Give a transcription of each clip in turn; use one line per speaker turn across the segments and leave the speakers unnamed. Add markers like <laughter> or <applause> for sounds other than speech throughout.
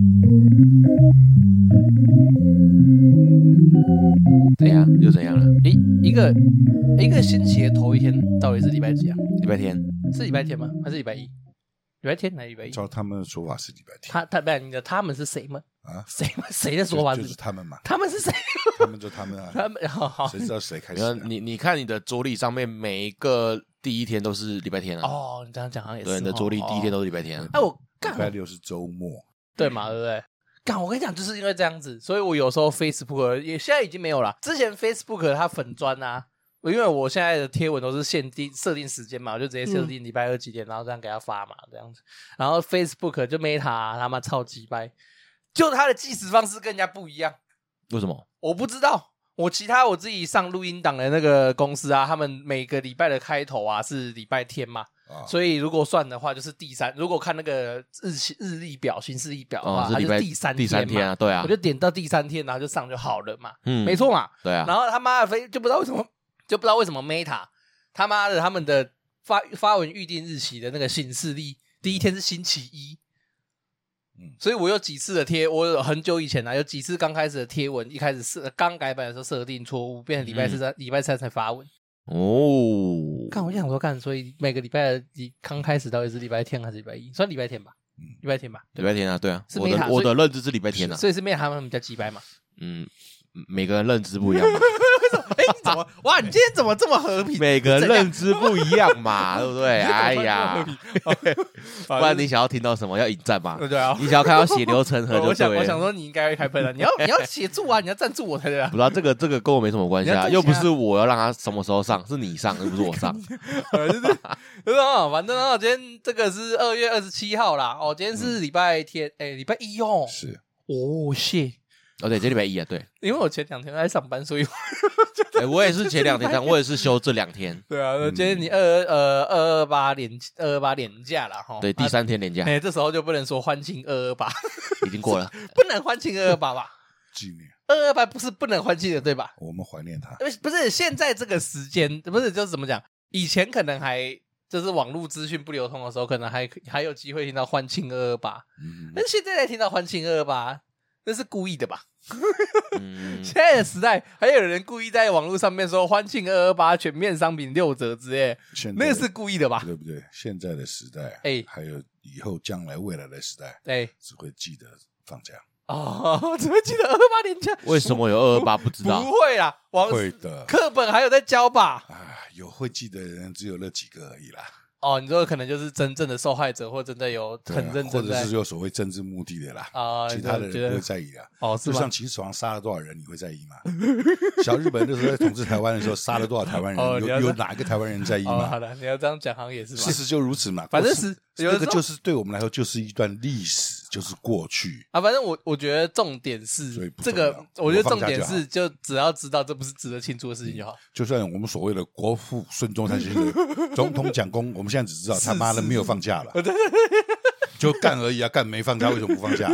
嗯
个一个星期的头一天到底是礼拜几啊？
礼拜天，
是礼拜天吗？还是礼拜一？礼拜天还是礼拜一？
照他们的说法是礼拜天
他他不然你的他们是谁吗？
啊，
谁吗？谁的
就
说法
就是
是？
他们嘛，
他们是谁？
他们就他们啊，
他们 <laughs> 哦好好
谁知道谁开始
然
啊？
后你你看你的桌历上面每一个第一天都是礼拜天啊，
哦，你这样讲好像也是。
对，你的桌历第一天都
都
是礼拜天啊，
哎我
礼拜
干
六是周末，
对嘛对不对？干我跟你讲，就是因为这样子，所以我有时候 Facebook 也现在已经没有了。之前 Facebook 它粉砖啊，因为我现在的贴文都是限定设定时间嘛，我就直接设定礼拜二几点，然后这样给他发嘛，这样子。然后 Facebook 就 Meta 啊他妈超级掰，就它的计时方式跟人家不一样。
为什
<laughs>
么？
我不知道，我其他我自己上录音档的那个公司啊，他们每个礼拜的开头啊是礼拜天嘛，
啊，
所以如果算的话就是第三。如果看那个日期日历表、行事历表的
哦
话，，
是
它
礼
就
拜
第三
第三天
嘛
啊，对啊
我，就点到第三天，然后就上就好了嘛，
嗯
没，错嘛。
对啊，
然后他妈的非就不知道为什么就不知道为什么 Meta 他妈的他们的发发文预定日期的那个行事历第一天是星期一，
嗯
所以我有几次的贴，我有很久以前啊，有几次刚开始的贴文一开始设刚改版的时候设定错误，变成礼
嗯
拜四在礼、拜三才发文。
哦，
看我就想说看，所以每个礼拜的礼刚开始到底是礼拜天还是礼拜一？算礼拜天吧，
嗯
礼拜天吧。
礼拜天啊，对啊，
是
我
Meta，
的
所
我
以
的认知是礼拜天啊，
所以是 Meta 他们比较鸡掰嘛？
嗯，每个人认知不一样嘛，
<laughs> 哎、你怎么哇？ <laughs> 你今天怎么这么和平？
每个人
怎样
认知不一样嘛，对不
<laughs>
对？哎呀， <laughs> 不然你想要听到什么？要引战嘛？
对啊，
你想要看到血流成河
<laughs> 哦我
就
想，
对
我想
了。
说你应该会开喷了，你要你要协助啊，你要赞助我才对啊 <laughs>
不。知道这个这个跟我没什么关系
你要
啊，
站
又不
起来
是我要让他什么时候上，是你上，又不是我
<laughs>
上。
就是啊，反正啊，今天这个是二月二十七号啦，哦，今天是礼拜天，哎、礼拜一哦，
是
哦，谢。
哦，对，今天礼拜一啊，
<laughs>
对，
因为我前两天在上班，所以，
哎，我也是前两天上，我也是休这两天
对啊，今天你二呃二二八连二二八连假啦，哈，
哦
对，第三天连假
哎、这时候就不能说欢庆二二八，
已经过了，
不能欢庆二二八吧？
纪念，
二二八不是不能欢庆的，对吧？
我们怀念他。
不是不是现在这个时间，不是就是怎么讲？以前可能还就是网络资讯不流通的时候，可能还还有机会听到欢庆二二八，
嗯，
但是现在才听到欢庆二二八，啊那是故意的吧？
嗯，
现在的时代还有人故意在网络上面说欢庆二二八全面商品六折之类，
现在
那个是故意的吧？
对不对？现在的时代，
哎
还有以后将来未来的时代，
对
只会记得放假，
哎哦， <laughs> 怎么记得二二八年假？
为什么有二二八不知
不
<laughs>
道？
会啦，网
会的。
课本还有在教吧？
啊，有会记得的人只有那几个而已啦，
哦，你说可能就是真正的受害者，或真的有
对啊
很认
或
真
者
在
是有所谓政治目的的啦，
啊，
其他的
觉
人
得
不会在意啦。
哦，是
就
吧？
像秦始皇杀了多少人，你会在意吗？ <laughs> 小日本那时候在统治台湾的时候，杀了多少台湾
哦
人，
你
有
要
有
这
哪一个台湾人在意
哦，好
吗？
的，你要这样讲好像也是吧？
事实就如此嘛，
反正
过去
是有的时
这个
候
就是对我们来说就是一段历史，就是过去。
啊，反正我我觉得重点
所以
是
不
这
重
个
要，
我觉得
我放
重
假
点
就好
是就只要知道这不是值得庆祝的事情就好。
就算我们所谓的国父孙中山先生、
<laughs>
总统蒋公，我们现在只知道他妈的没有放假了，就干而已啊，干没放假，为什么不
<laughs>
放假？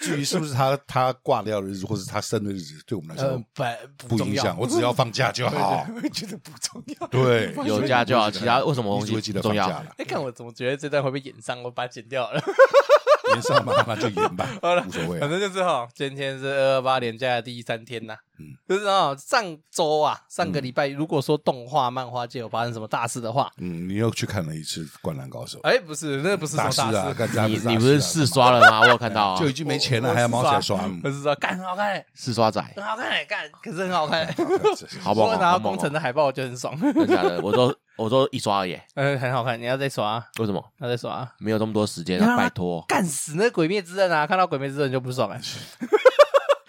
至于是不是他他挂掉的日子，或是他生的日子，对我们来
呃
说，
不
嗯不
重
影
要
响，我只要放假就好。
我觉得不重要。
对，
有假就好，
所以
其他为什么
你
东
只会
西
记
不
得
重
放
要
假？了，
哎，看我怎么觉得这段会被演上，我把它剪掉了。
延上嘛，那就延吧
<laughs> 好了，
无所谓
反
啊。
正就是哈，今天是二二八连假的第三天呐、
嗯
就是啊，上周啊，上个礼拜，如果说动画、漫画界有发生什么大事的话，
嗯，你又去看了一次《灌篮高手》
哎，不是，那不是什么
大师
大
啊，
事，
干啥
你
大
你不
师啊
是试刷了吗？我有看到啊
<laughs> 就，已经没钱
我我
了，
啊
还要毛起来
是刷
刷？
我是说，干很好看，
试刷仔，
很好看，干，可是很 <laughs> 好看。
嗯
好不好
我拿到
好不好
工程的海报，我就很爽。 <laughs>
真的假的？我都我都一刷而已，
嗯，很好看，你要再刷，啊
为什么？
要再刷，
没有这么多时间
你
啊，
让他
拜托，
干死那鬼灭之刃啊！看到鬼灭之刃就不爽哎、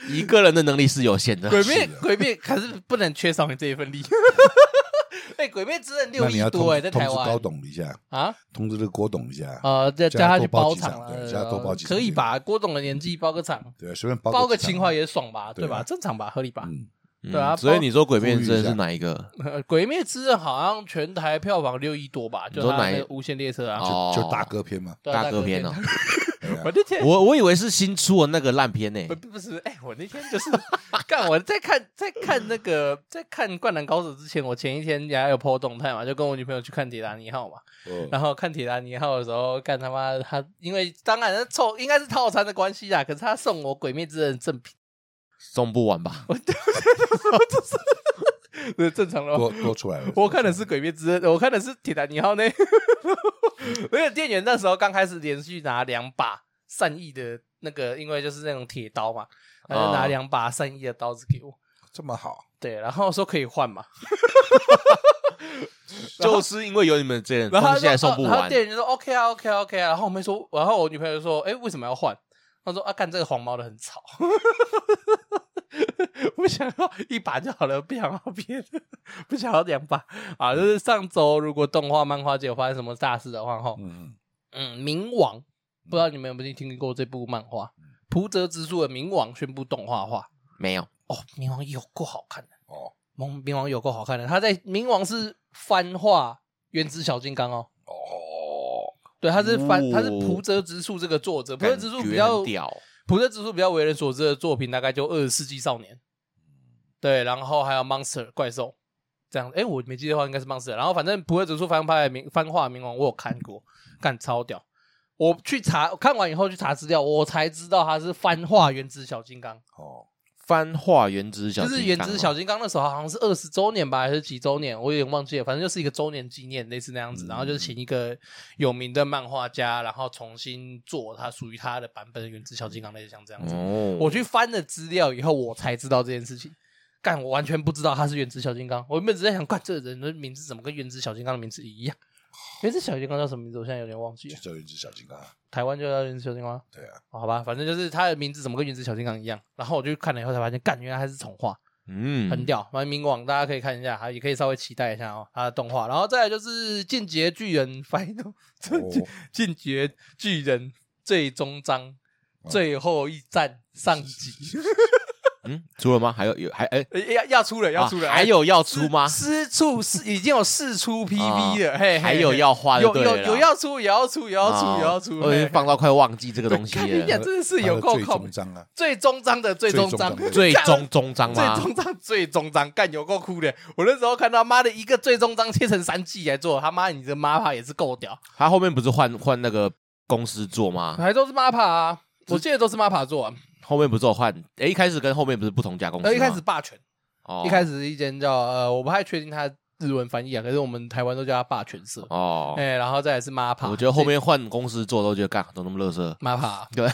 一个人的能力是有限的。
鬼灭
是啊
鬼灭可是不能缺少你这一
<laughs>
份力。哎、鬼灭之刃六
<laughs> 那你
亿
要
多
通
哎、
知
在
通
台
知高
湾
董一下，
啊。
通知那个郭董一下，
呃，叫
叫
叫
他
他
多
去
包
包
几
场
场
啊，
对叫他多包几场
可以
这个
吧？郭董的年纪包个场，
对，随便包
包
个
个
几场
情怀也爽吧，
对
对吧？
啊
正常吧，合理吧？
嗯，
嗯
对啊
所以
包
你说鬼面
呼吁一
真
下
是哪一个？
呃 <laughs> 鬼灭之刃好像全台票房六亿多吧？
你
就
说
他
哪
那
一
个无限列车啊，
哦，
就大哥篇嘛，
对啊
大哥篇哦。
对啊
<laughs> 我那
<laughs>
天
我我以为是新出的那个烂片呢。
不不不是，哎、我那天就是 <laughs> 干，我在看在看那个在看《灌篮高手》之前，我前一天也有 PO 动态嘛，就跟我女朋友去看《铁达尼号》嘛。
嗯
然后看《铁达尼号》的时候，干他妈他，因为当然是凑应该是套餐的关系啦，啊可是他送我《鬼灭之刃》正品，
<laughs> 送不完吧？
我我就是这 <laughs> 正常的吗？
多多出来了。
<laughs> 我看的是《鬼灭之刃》，我看的是《铁达尼号》呢。 <laughs> 而且店员那时候刚开始连续拿两把善意的那个，因为就是那种铁刀嘛，他就拿
哦
两把善意的刀子给我。
这么好，
对，然后说可以换嘛，
就是因为有你们这人，
然后
嗯东
他
西还
说
送不
然后
完。
店员就说 OK 啊，OK 啊，OK 啊。然后我妹说，然后我女朋友就说，哎，为什么要换？她说啊，干这个黄毛的很吵， <laughs> 我想要一把就好了，不想要别的，不想要两把啊。就是上周如果动画、漫画界有发生什么大事的话，哈，
嗯，
嗯，冥王，不
嗯
知道你们有没有听过这部漫画？浦泽直树的《冥王》宣布动画化，
没有，
哦，《冥王》有够好看的，
哦
《冥王》有够好看的。他在《冥王》是翻画《原子小金刚》哦，
哦，
对，他是翻，
哦
他是浦泽直树这个作者，浦泽
感
直
觉
树比较
很屌，
浦泽直树比较为人所知的作品，大概就《二十世纪少年》，对，然后还有《Monster》怪兽这样。哎，我没记错的话，应该是《Monster》。然后反正浦泽直树翻拍的名翻画《冥王》，我有看过，干超屌。我去查看完以后去查资料，我才知道他是翻画《原子小金刚》，
哦，
翻画原子小
就
金刚啊
是
嘛
《原子小金刚》那时候好像是二十周年吧，还是几周年，我有点忘记了，反正就是一个周年纪念，类似那样子。
嗯
然后就是请一个有名的漫画家，然后重新做他属于他的版本的《原子小金刚》，类似像这样子。
嗯
哦，
我去翻了资料以后，我才知道这件事情。干，我完全不知道他是原子小金刚。我原本只在想，干这个人的名字怎么跟原子小金刚的名字一样？原子小金刚叫什么名字？我现在有点忘记
就
了。
叫一只小金刚，啊
台湾就叫原子小金刚，哦
对啊，
好吧，反正就是他的名字怎么跟原子小金刚一样。然后我就看了以后才发现，干，原来他是重画。
嗯
很屌。反正冥王大家可以看一下，还也可以稍微期待一下哦，它的动画。然后再来就是《进阶巨人 Final》进
哦
进阶巨人最终章
哦
最后一战上集，
嗯，出了吗？还有有还哎，
诶呃要要出了，要出了，哎
啊还有要
私
出吗？啊
私处是已经有四出 PV 了，嘿，嘿
还有
嘿
要画就
有
对
有
了
有要出，也要出，也要
哦
出，也要出，
我已经
嘿
放到快忘记这个
对
东西
干你俩
了。
真的是
他
有
的
够
最
恐
终，章啊，
最终章的最终
最终
章
章，的
<laughs>
<laughs>
最
干
终终章
最
吗？
终章最终章干有够酷的！我那时候看到妈的一个最终章切成三季来做，他妈你的 MAPA 也是够屌，
他后面不是换换那个公司做吗？
还都是 MAPA 啊，我记得都是 MAPA 做、啊，
后面不是有换？哎，一开始跟后面不嗯是不同家公司吗？
呃一开始霸权，
哦
一开始是一间叫呃我不太确定它日文翻译啊，可是我们台湾都叫它霸权社，哎、
哦，
然后再来是 MAPA，
我觉得后面换公司做都觉得干都那么乐色。
MAPA，
<laughs> 对，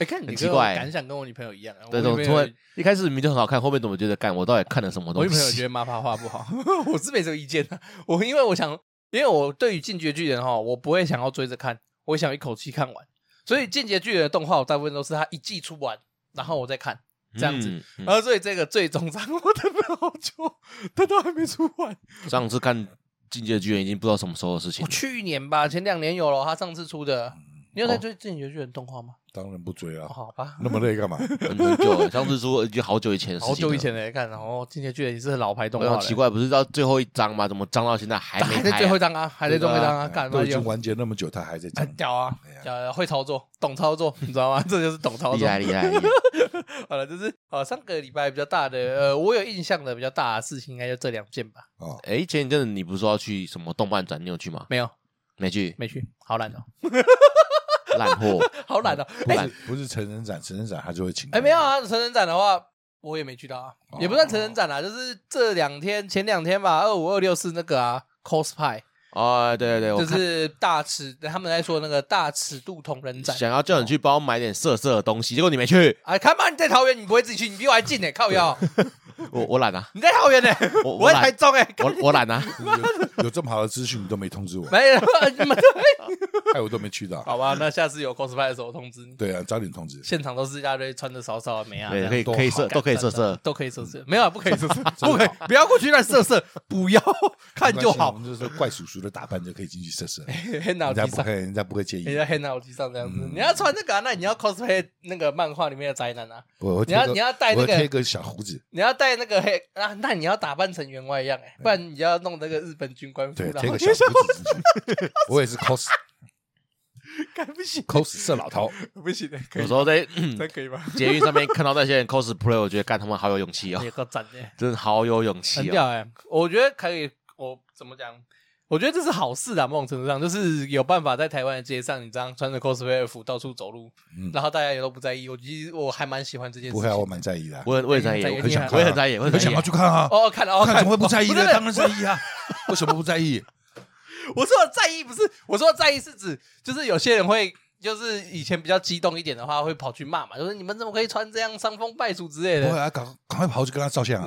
哎、看你
很
这
奇
个
怪
感想跟我女朋友一样啊，我
对，
女
怎么
朋
突
友
然一开始明明就很好看，后面怎么觉得干我到底看了什么
我
东
女朋友觉
西？
得 MAPA 画不好， <laughs> 我是没这个意见的、我因为我想，因为我对于《进击的巨人》哈，我不会想要追着看，我想一口气看完。所以《进击的巨人》的动画，我大部分都是它一季出完，然后我再看这样子。
嗯嗯
然后所以这个最终章 <laughs> 我等了好久，它都还没出完。
嗯上次看《进阶巨人》已经不知道什么时候的事情
我
了。
去年吧，前两年有了，他上次出的。你
哦
有在追《进击的巨人》动画吗？
当然不追
哦
啊，
好吧，
那么
<laughs>
累干嘛？
很很久了，上次出已经好久以前的事情
好
了。
久以前来看，然后《进击的巨人》也是老牌动
我
画
想
了，
奇怪，不是到最后一章吗？怎么章到现在还没
<laughs>
拍
还在
啊
最后一章啊，还在最后一章啊，
哎
干
都已
有
经完结那么久，他还在
<laughs>
讲
很，屌啊
哎呀，
呃，会操作，懂操作，你知道吗？ <laughs> 这就是懂操
厉
作。
害厉害厉害！
<laughs> 好了，就是呃，上个礼拜比较大的，呃，我有印象的比较大的事情，应该就这两件吧。
哦，
哎，前一阵子你不是说要去什么动漫展，你有去吗？
没有，
没去，
没去，好懒哦，
烂货。
好懒哦。
不
哎
是不是成人展，成人展他就会请，
哎，没有，啊，成人展的话，我也没去到啊，
哦
也不算成人展啦，就是这两天前两天吧，二五二六是那个啊，cosplay，
哦，对对对，我
就
看
是大尺，他们在说那个大尺度同人展。
想要叫你去帮我买点色色的东西，结果你没去，
哎，看吧，你在桃园，你不会自己去，你比我还近呢，靠腰，
我我懒啊，
你在桃园呢，
我
<laughs> 我在
懒
台中哎，干
我我懒啊，
<laughs>
有有这么好的资讯你都没通知我，
没有，你们
害我都没去到。
好吧，那下次有 cosplay 的时候通知你。
对啊，早点通知，
现场都是一大堆穿的少少的美啊，这
对，
样
可以
多
可以
好
色都可以色色，
都可以色色，没有啊不可以色色，
真的
不可以，不要过去乱色色，不要看就
没
好哎
关。系我们就是怪叔叔的打扮就可以进去试试，人
黑脑机
家不
上
会，，人家不会介意
人。家黑脑机上这样子，你要穿那个啊，那你要 cosplay 那个漫画里面的宅男啊，
我我会
你
贴
要
个
你要戴
我
那
会贴
个，
个小胡子，
你要戴那个黑啊，那你要打扮成员外一样哎，不然你要弄那个日本军官服，
对，
然
贴
后 <laughs>
个小胡子进去。 <laughs> 我也是 cos
干不行，
cos 色
<laughs>
老头，
不行的，
<laughs>
可
有
以
时，候在
这可以 <laughs> 吧？
捷运上面看到那些人 cosplay，我觉得干他们好有
<laughs>
勇气哦，
也够赞的。
真的好有勇
很欸
气哦。
屌哎、我觉得可以，我怎么讲？我觉得这是好事啊，某种程度上就是有办法在台湾的街上，你这样穿着 cosplay 的服到处走路，
嗯
然后大家也都不在意。我其实我还蛮喜欢这件事
不
情。
会啊，我蛮在意的啊、
我也我也在意，
在意
我
很想
我也
看啊
很在意，我也
我
很在
想
意
要。去看啊，
哦，看了，哦，
看怎么会不在意
不是
呢？当然在意啊，为什么不在意？
我说的在意不是，我说的在意是指，就是有些人会，就是以前比较激动一点的话，会跑去骂嘛，就是你们怎么可以穿这样伤风败俗之类
不会
的。
啊，赶赶快跑去跟他照相
<laughs>
啊！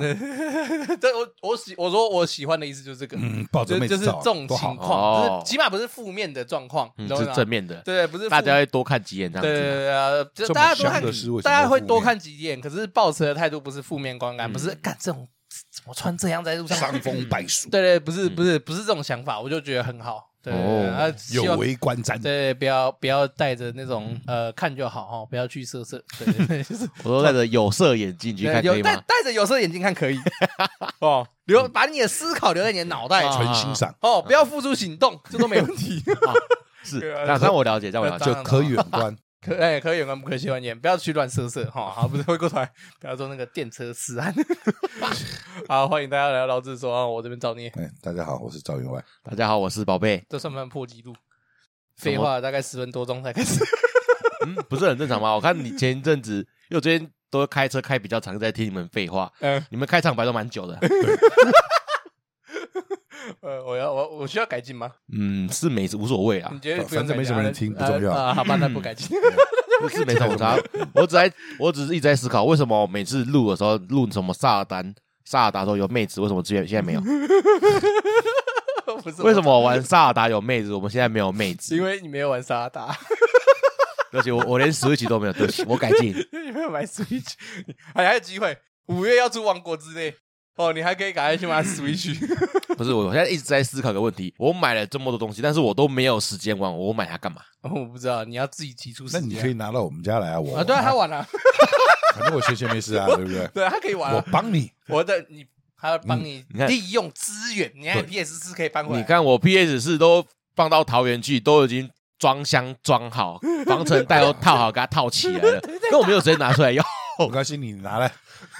对我我喜我说我喜欢的意思就是这个，
嗯，抱着
就
妹
就
子
是
照
这
啊，
种
多
情
好。
况，
哦
就是起码不是负面的状况，你
嗯，
懂
是
吗？
正面的，
对，不是负
大家会多看几眼这样
对对
子。
对啊，就
这么
大家多
香的事
看，
为什么
大家会
负
多
面
看几眼，可是抱持的态度不是负面观感，
嗯
不是干这种怎么穿这样在路上，
伤风败俗，
对对，不是不是不是这种想法，我就觉得很好。对，对对
哦
啊，希
有
望
违观瞻。
对，不要不要带着那种呃看就好哦，不要去色色。对对对，就是
我都戴着有色眼镜去看，可
有
以
戴
吗？
戴着有色眼镜看可以哦，留把你的思考留在你的脑袋
啊
纯欣赏，
哦，不要付诸行动，这都没问题。
是，
对啊
那让我了解，让我了
对
解。
当
就
然
可远观。
可哎，可以远观不可亵玩焉，不要去乱色色哈。好，不是回过头来，不要做那个电车痴汉。好，欢迎大家来到老子说啊，我这边造孽，
哎，大家好，我是赵员外。
大家好，我是宝贝。
这算不算破纪录？废话，大概十分多钟才开始。
嗯，不是很正常吗？我看你前一阵子，因为我最近都开车开比较长，在听你们废话，
嗯
你们开场白都蛮久的。
呃，我要我我需要改进吗？
嗯，是没无所谓啊
你，觉得不用
反正没什么人听
改进
不重要
啊啊好吧，那不改进。
<laughs> 是没什么差。我只在我只是一直在思考，为什么我每次录的时候录什么萨尔丹、萨尔达都有妹子，为什么之前现在 <laughs> 没有？
不是
为什？么我玩萨尔达有妹子，我们现在没有妹
是因
子？
为你没有玩沙达，
而且我我连 Switch 都没有，对不起，我改进。
因为你没有买 Switch，还还有机会。五月要出《王国之泪》哦，你还可以赶快去买 Switch。
不是，我我现在一直在思考一个问题：我买了这么多东西，但是我都没有时间玩，我买它干嘛？
哦我不知道，你要自己提出时
那
间。
你可以拿到我们家来啊，我
啊，对啊，他玩了，
反正我闲闲没事啊，对不对？
<laughs> 对，他可以玩
我
啊。
帮你，
我的你，他帮你
嗯你看
利用资源，你看
对
PS 四可以搬回来。
你看我 PS 四都放到桃园去，都已经装箱装好， <laughs> 防尘袋都套好，给它套起 <laughs> 来了，那我没有直接拿出来用。
我高兴你拿来，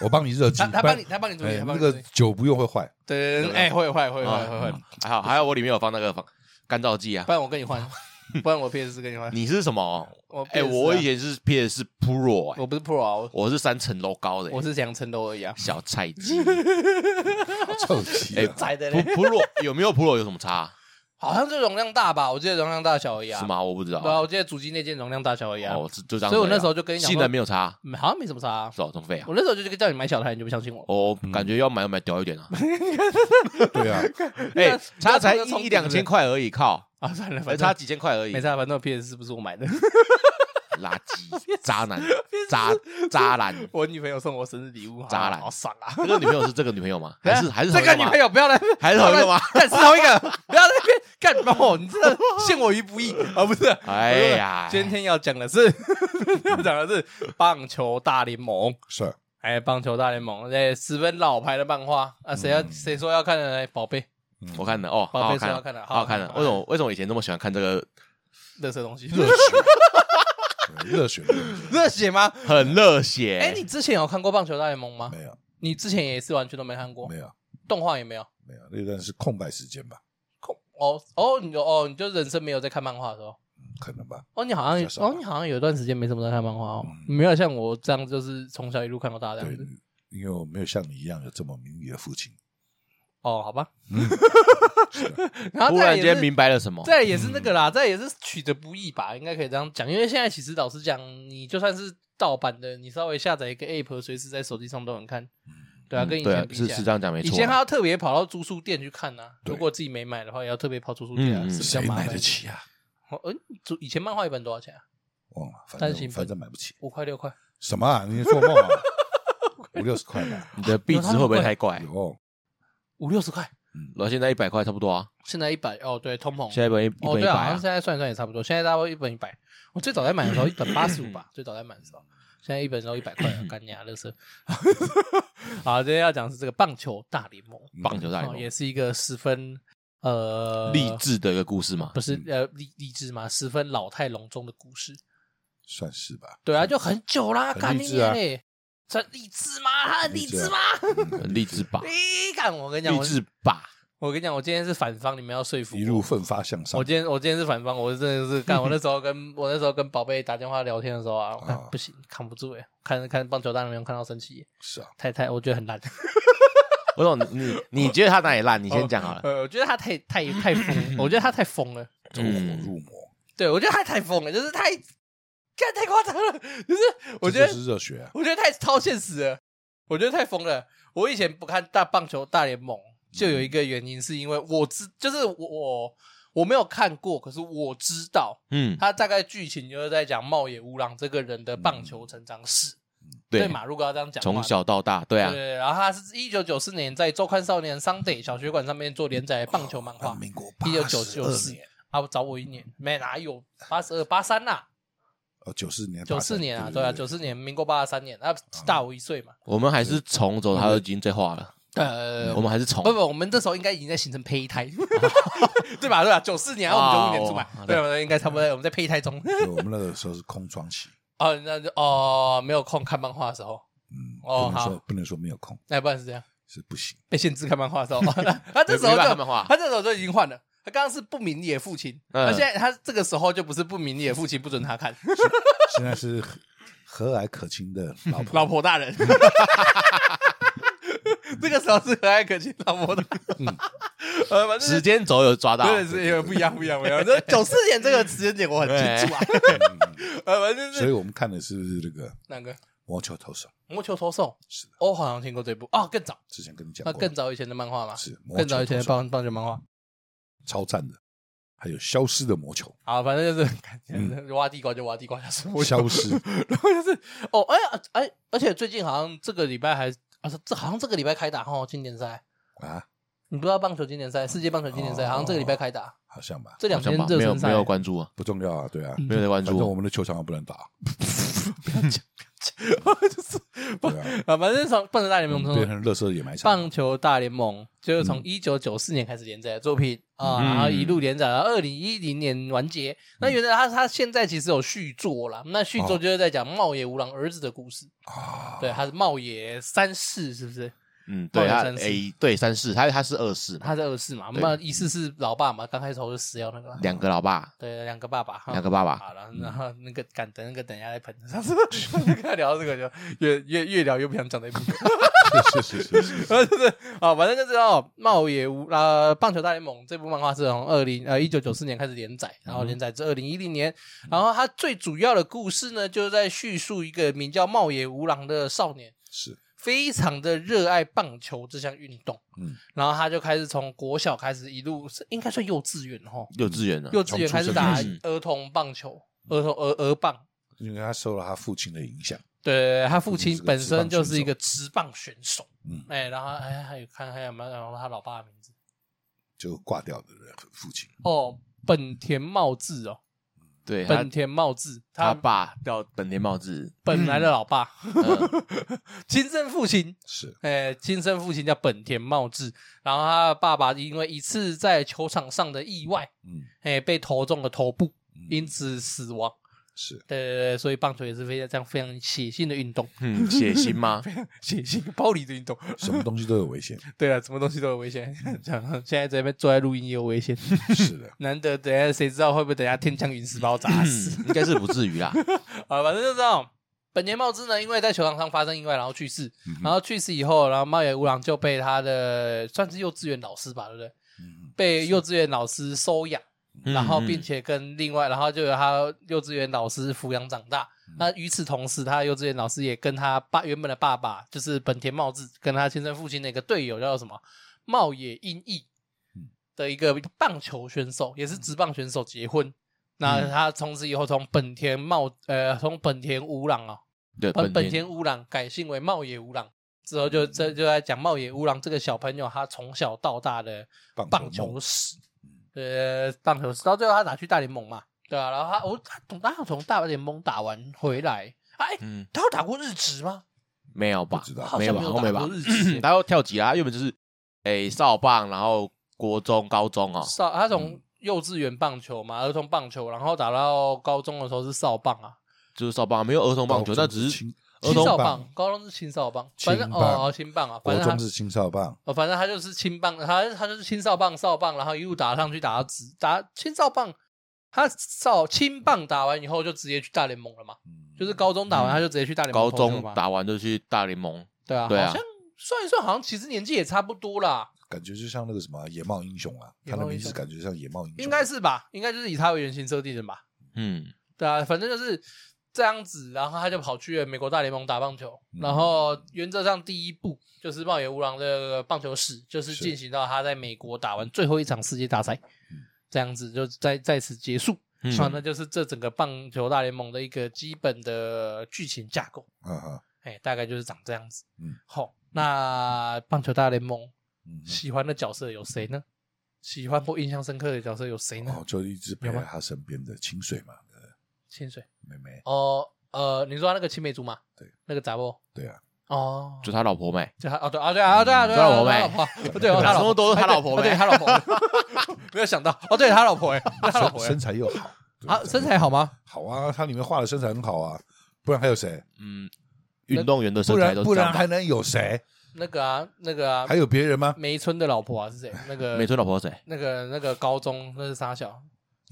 我帮你热机
他，他帮你，他帮你
不
处
然。
理，
哎
他帮
那
你处
个
理。
酒不用会
<laughs>
坏，
对对对，哎，会会会会会会
啊，还好还好，我里面有放那个防干燥 <laughs> 剂啊
不。然我跟你换， <laughs> 不然我 PS 四跟你换。
你是什么？
我
哎，
PS4 啊
我以前是 PS 4 Pro，哎
我不是 Pro 啊，我
我是三层楼高的，
我
哎
是想成都而已啊。
小菜鸡。
好臭啊极
哎
了。
窄的
Pro
嘞，
Pro 有没有 Pro 有什么差？
好像就容量大吧？我记得容量大小而已啊。
是？吗？我不知
<laughs> 对啊，
道。
我记得主机那件容量大小而已啊。
哦，是就这样子而已啊。
所以我那时候就跟你讲说
性能没有差，
嗯好像没什么差啊。
是哦，这么废啊。
我那时候就叫你买小台，你就不相信我。
我感觉要买要买屌一
<laughs>
点啊！
对啊，
哎，差才
那充
一一两千
值
块而已，靠，
啊，算了，
才
反
差
正
几千块而已
没。差，反正 PS 四不是我买的， <laughs>
垃圾、渣男、渣渣男。
我女朋友送我生日礼物，
渣男
好爽啊！
这个女朋友是这个女朋友吗？还是还是
哎这个啊女朋
友？
友不要来，
还是同一个
<laughs>
吗？
干是同一个，不要在那边干嘛？哦你真的陷我于不义啊！不是，
哎呀，
今天要讲的是要讲的是棒球大联盟。
是啊
哎，棒球大联盟，哎，十分老牌的漫画啊，谁
嗯
要谁说要看的呢？哎宝贝，
嗯
我看的哦，好
宝贝
好看
说要
哦，
看的
好好看的。
好好看
为什么为什么我以前那么喜欢看这个
热色东西，
热血，对热血的
<laughs>
东西
热血吗？
很热血？
<laughs> 哎，你之前有看过棒球大联盟吗？
没有
你之前也是完全都没看过
没，有
动画也没有。
没有，那段是空白时间吧？
空哦哦，你就哦，你就人生没有在看漫画的时候。
嗯可能吧。
哦，你好像
比较少吧
哦，你好像有一段时间没什么在看漫画哦，
嗯
你没有像我这样，就是从小一路看到大这样
对
子。，
因为我没有像你一样有这么明理的父亲。
哦，好吧。 <laughs>
是的
然
嗯啊
后
忽
再来
然
也
间
是
明白嗯了什么？
再来也是那个啦，再来也是取得不易吧，应该可以这样讲。因为现在其实老实讲，你就算是盗版的，你稍微下载一个 app，随时在手机上都能看。对啊，
嗯
跟以
对啊
前比起
是
来
是这样讲没
以
错
前还
啊。
要特别跑到租书店去看呢、
对
如果自己没买的话，也要特别跑租书店、啊，
嗯嗯
是比较
谁
麻烦
买得？起啊？
哦，嗯、租以前漫画一本多少钱啊？
忘了，反
单行本
正反正买不起。
五块六块。
什么啊？你做梦啊？五六十块吧？
你的币值会不会太怪？
有，
五六十块，
然后现在一百块差不多啊，
现在一百哦，对，通膨。
现在一本一一
哦，
本一
对
百
啊，好像
啊
现，在算一算也差不多。现在大概一本一百，我最早在买的时候一本八十五
嗯
吧，最早在买的时候，现在一本时候一百块
<laughs>
啊，干牙乐色。 <laughs> 好，今天要讲的是这个棒球大联盟，
棒球大联
哦，也
盟
是一个十分呃
励，志嗯的一个故事嘛
不。是呃励励志嘛，十分老态龙钟的故事。
算是吧。
对啊，就很久啦，
很
干
励
你
志啊
娘嘞！这励志吗？他很励志吗？
很
很励志吧？
咦，干我跟你
啊
讲，
励
我 <laughs>
志吧？
我跟你讲，我今天是反方，你们要说服
<laughs> 一
我。
路奋发向上
我。今天我今天是反方，我真的是 <laughs> 干。我那时候跟我那时候跟宝贝打电话聊天的时候啊，我看
啊
不行，扛不住哎，看看棒球大联盟看到生气耶，
是啊，
太太我觉得很烂。
我懂你，你觉得他哪里烂？你先讲好了。
<laughs> 呃，我觉得他太太太 <laughs> 疯，我觉得他太疯了。
走火入魔，
对，我觉得他太疯了，就是太干太夸张了， <laughs> 就是我觉
这
得
就是热血啊。
我觉得太超现实了，我觉得太疯了。我以前不看大棒球大联盟，就有一个原因，是因为我知，就是我我我没有看过，可是我知道
<laughs> 嗯，
他大概剧情就是在讲茂野乌郎这个人的棒球成长史，对
对，
嘛？如果要这样讲的话，
从小到大，对啊，
对，然后他是一九九四年在《周刊少年 Sunday》小学馆上面做连载的棒球漫
啊
画，
啊民国
一九九九
82
四年啊，找我一年没哪有八十二八三呐，
哦，九四年，
九四年啊，对
对
啊，九四年民国八十三年，那大我一岁嘛。
我们还是从走，他就已经最化了。
呃，
我们还是从
不不，我们这时候应该已经在形成
<laughs>
胚胎，对吧？对吧？九四年，然后我们九五年出
哦
嘛，对吧？应该差不多，我们在胚胎中。
<laughs> 对我们那个时候是空窗期，
哦，那就哦，没有空看漫画的时候，
嗯，
哦
不能说
好
不能说没有空
那不然是这样，
是不行。
被限制看漫画
<laughs>
的时候，那他这时候
没办法
就
看漫画
他这时候就已经换了。他刚刚是不明理的父亲，
嗯
他现在他这个时候就不是不明理的父亲，不准他看
现在是和和蔼可
<laughs>
亲的老婆，
老婆大人。 <laughs> 这个时候是和蔼可亲老婆的，
嗯
<laughs> 呃，反正
时间轴有抓到，
对，是也不一样，不一样，
<laughs>
不一样。这九四年这个时间点我很清楚啊，呃，反正
所
是
以我们看的是那个
哪个
网球投手，
魔球投手？
是的，
哦，好像听过这部哦，更早，
之前跟你讲
那
过
更早以前的漫画嘛，
是魔
更早以前的
球投手
棒棒球漫画。
超赞的，还有消失的魔球，
好，反正就是感
嗯
觉 <laughs> 挖地瓜就挖地瓜，就是 <laughs> 魔球。
消失，
<laughs> 然后就是哦，哎呀哎，而且最近好像这个礼拜还啊，这好像这个礼拜开打哦，经典赛。
啊，
你不知道棒球经典赛，世界棒球经典赛，
哦
好像这个礼拜开打，
好像吧，
这两
好像
天
吧
热
没有
身赛
没有关注啊，
不重要啊，对
嗯
啊，
没有在关
反正我
注。
们的球场又不能打，
<laughs> 就是不
对啊
啊，反正从棒球大联
嗯
盟
变
从
成乐色野蛮场，
棒球大联盟就是从一九九四年开始连载的作品啊，
嗯
然后一路连载到二零一零年完结。那原来他他现在其实有续作啦，那续作
哦
就是在讲茂野吾郎儿子的故事，
哦
啊，
对，他是茂野三世是不是？
嗯，对
棒
他
球哦三世
诶，对三世，他他是二世嘛，
他是二世嘛，
对
那一世是老爸嘛，刚开头就死掉那个，
两个老爸，
对，两个爸爸，哈
两个爸爸，嗯
好了，然后那个敢等那个等一下再喷，上次上次跟他聊到这个就越越越聊越不想讲这一部。
是是是是是，
然后 <laughs> 就是啊、反正就知道茂野无呃棒球大联盟这部漫画是从二零呃一九九四年开始连载，
嗯
然后连载至二零一零年，然后它最主要的故事呢，就是在叙述一个名叫茂野无郎的少年，
是，
非常的热爱棒球这项运动，
嗯，
然后他就开始从国小开始一路是应该算幼稚园哈，
幼稚园的，
幼稚园开始
嗯从出生
打
开始
儿童棒球，儿童儿儿棒。
因为他受了他父亲的影响，
对他父
父亲
亲
是个
本
职
身
棒
就
选
是一
手
个职棒选手，
嗯
哎，然后哎，还有看还有没有然后他老爸的名字，
就挂掉的人父亲，
哦，本田茂志哦，
对他
本田茂志，
他
他
爸叫本田茂志，
本来的老爸，
嗯
<laughs> 亲生父亲，
是
哎，亲生父亲叫本田茂志，然后他爸爸因为一次在球场上的意外，
嗯
哎，被投中了头部，
嗯
因此死亡。
是
对对对，所以棒球也是非常这样非常血腥的运动，
嗯，血腥吗？
<laughs> 血腥暴力的运动。
什么东西都有危险，
对啊，什么东西都有危险。 <laughs> 讲现在这边坐在录音也有危险， <laughs>
是的，
难得等一下谁知道会不会等一下天降陨石把我砸死？ <laughs>
嗯应该是不至于啦。
啊，反正就这样。本田茂之呢，因为在球场上发生意外，然后去世，
嗯哼
然后去世以后，然后茂野吾郎就被他的算是幼稚园老师吧，对不对？
嗯
被幼稚园老师收养，
嗯
然后并
嗯
且跟另外，然后就由他幼稚园老师抚养长大。那与此同时，他幼稚园老师也跟他爸原本的爸爸，就是本田茂志，跟他亲生父亲的一个队友叫做什么茂野英义
嗯
的一个棒球选手，也是职棒选手结婚。那他从此以后从本田茂呃从本田吾朗啊、
对
本本
本
田
田
吾朗改姓为茂野吾朗之后就，这就在讲茂野吾朗这个小朋友他从小到大的
棒球
棒
梦
球史，呃，棒球史到最后他打去大联盟嘛，对啊，然后他我他从他从大联盟打完回来，哎，
嗯
他有打过日职吗？
没有吧
不知道？
好
没
像
有吧？
有
后
打
面吧，
过？日职
他要跳级啊，他原本就是诶少棒，然后国中、高中哦，
少他从幼稚园棒球嘛，儿童棒球，然后打到高中的时候是少棒啊，
就是少棒，没有儿童棒
高
球，
中
那只是
青
儿
青
童
少
棒
棒，高中是青少棒，
青
反正
棒
哦，哦青棒啊，反
国
正
中
他
是青少棒，
哦，反正他就是青棒，他他就是青少棒少棒，然后一路打上去打到直打青少棒，他少青棒打完以后就直接去大联盟了嘛，
嗯
就是高中打完他就直接去大联盟
嗯高
投球
中
嘛，
打完就去大联盟，
对啊，
对啊
好像算一算，好像其实年纪也差不多啦，
感觉就像那个什么野猫英雄啊，
野
他
猫英
的名
雄
字感觉像野猫英雄，
应该是吧，应该就是以他为原型设定的吧，
嗯，
对啊，反正就是这样子，然后他就跑去了美国大联盟打棒球，
嗯
然后原则上第一步就是茂野吾郎的棒球史，就是
是
进行到他在美国打完最后一场世界大赛，这样子就在在此结束。
嗯
好，那就是这整个棒球大联盟的一个基本的剧情架构，
啊哈，
哎，大概就是长这样子。
嗯，
好，那棒球大联盟
嗯哼，
喜欢的角色有谁呢？喜欢或印象深刻的角色有谁呢
哦，？就一直陪
啊有
在
吗
他身边的清水嘛，呃
清水
妹妹，
哦，呃，你说那个青梅竹马，
对，
那个杂波。
对啊，
哦，
就他老婆没，
就他哦对啊对啊对啊对
嗯
啊，对啊对啊对啊他老婆，对，他老
<laughs>
什么
婆
都是他老婆
哎对他老婆， <laughs> 没有想到哦，对他老婆哎，他老
身
婆哎
身材又好，对
啊身材好吗？
好啊，他里面画的身材很好啊，不然还有谁？
嗯，运动员的身
不
材
然
都
不
是这
然
样吧。
还能有谁？
那个啊那个啊
还，有别人吗？
梅村的老婆啊是谁？那个
美村老婆是谁？
那个那个高中那是啥小？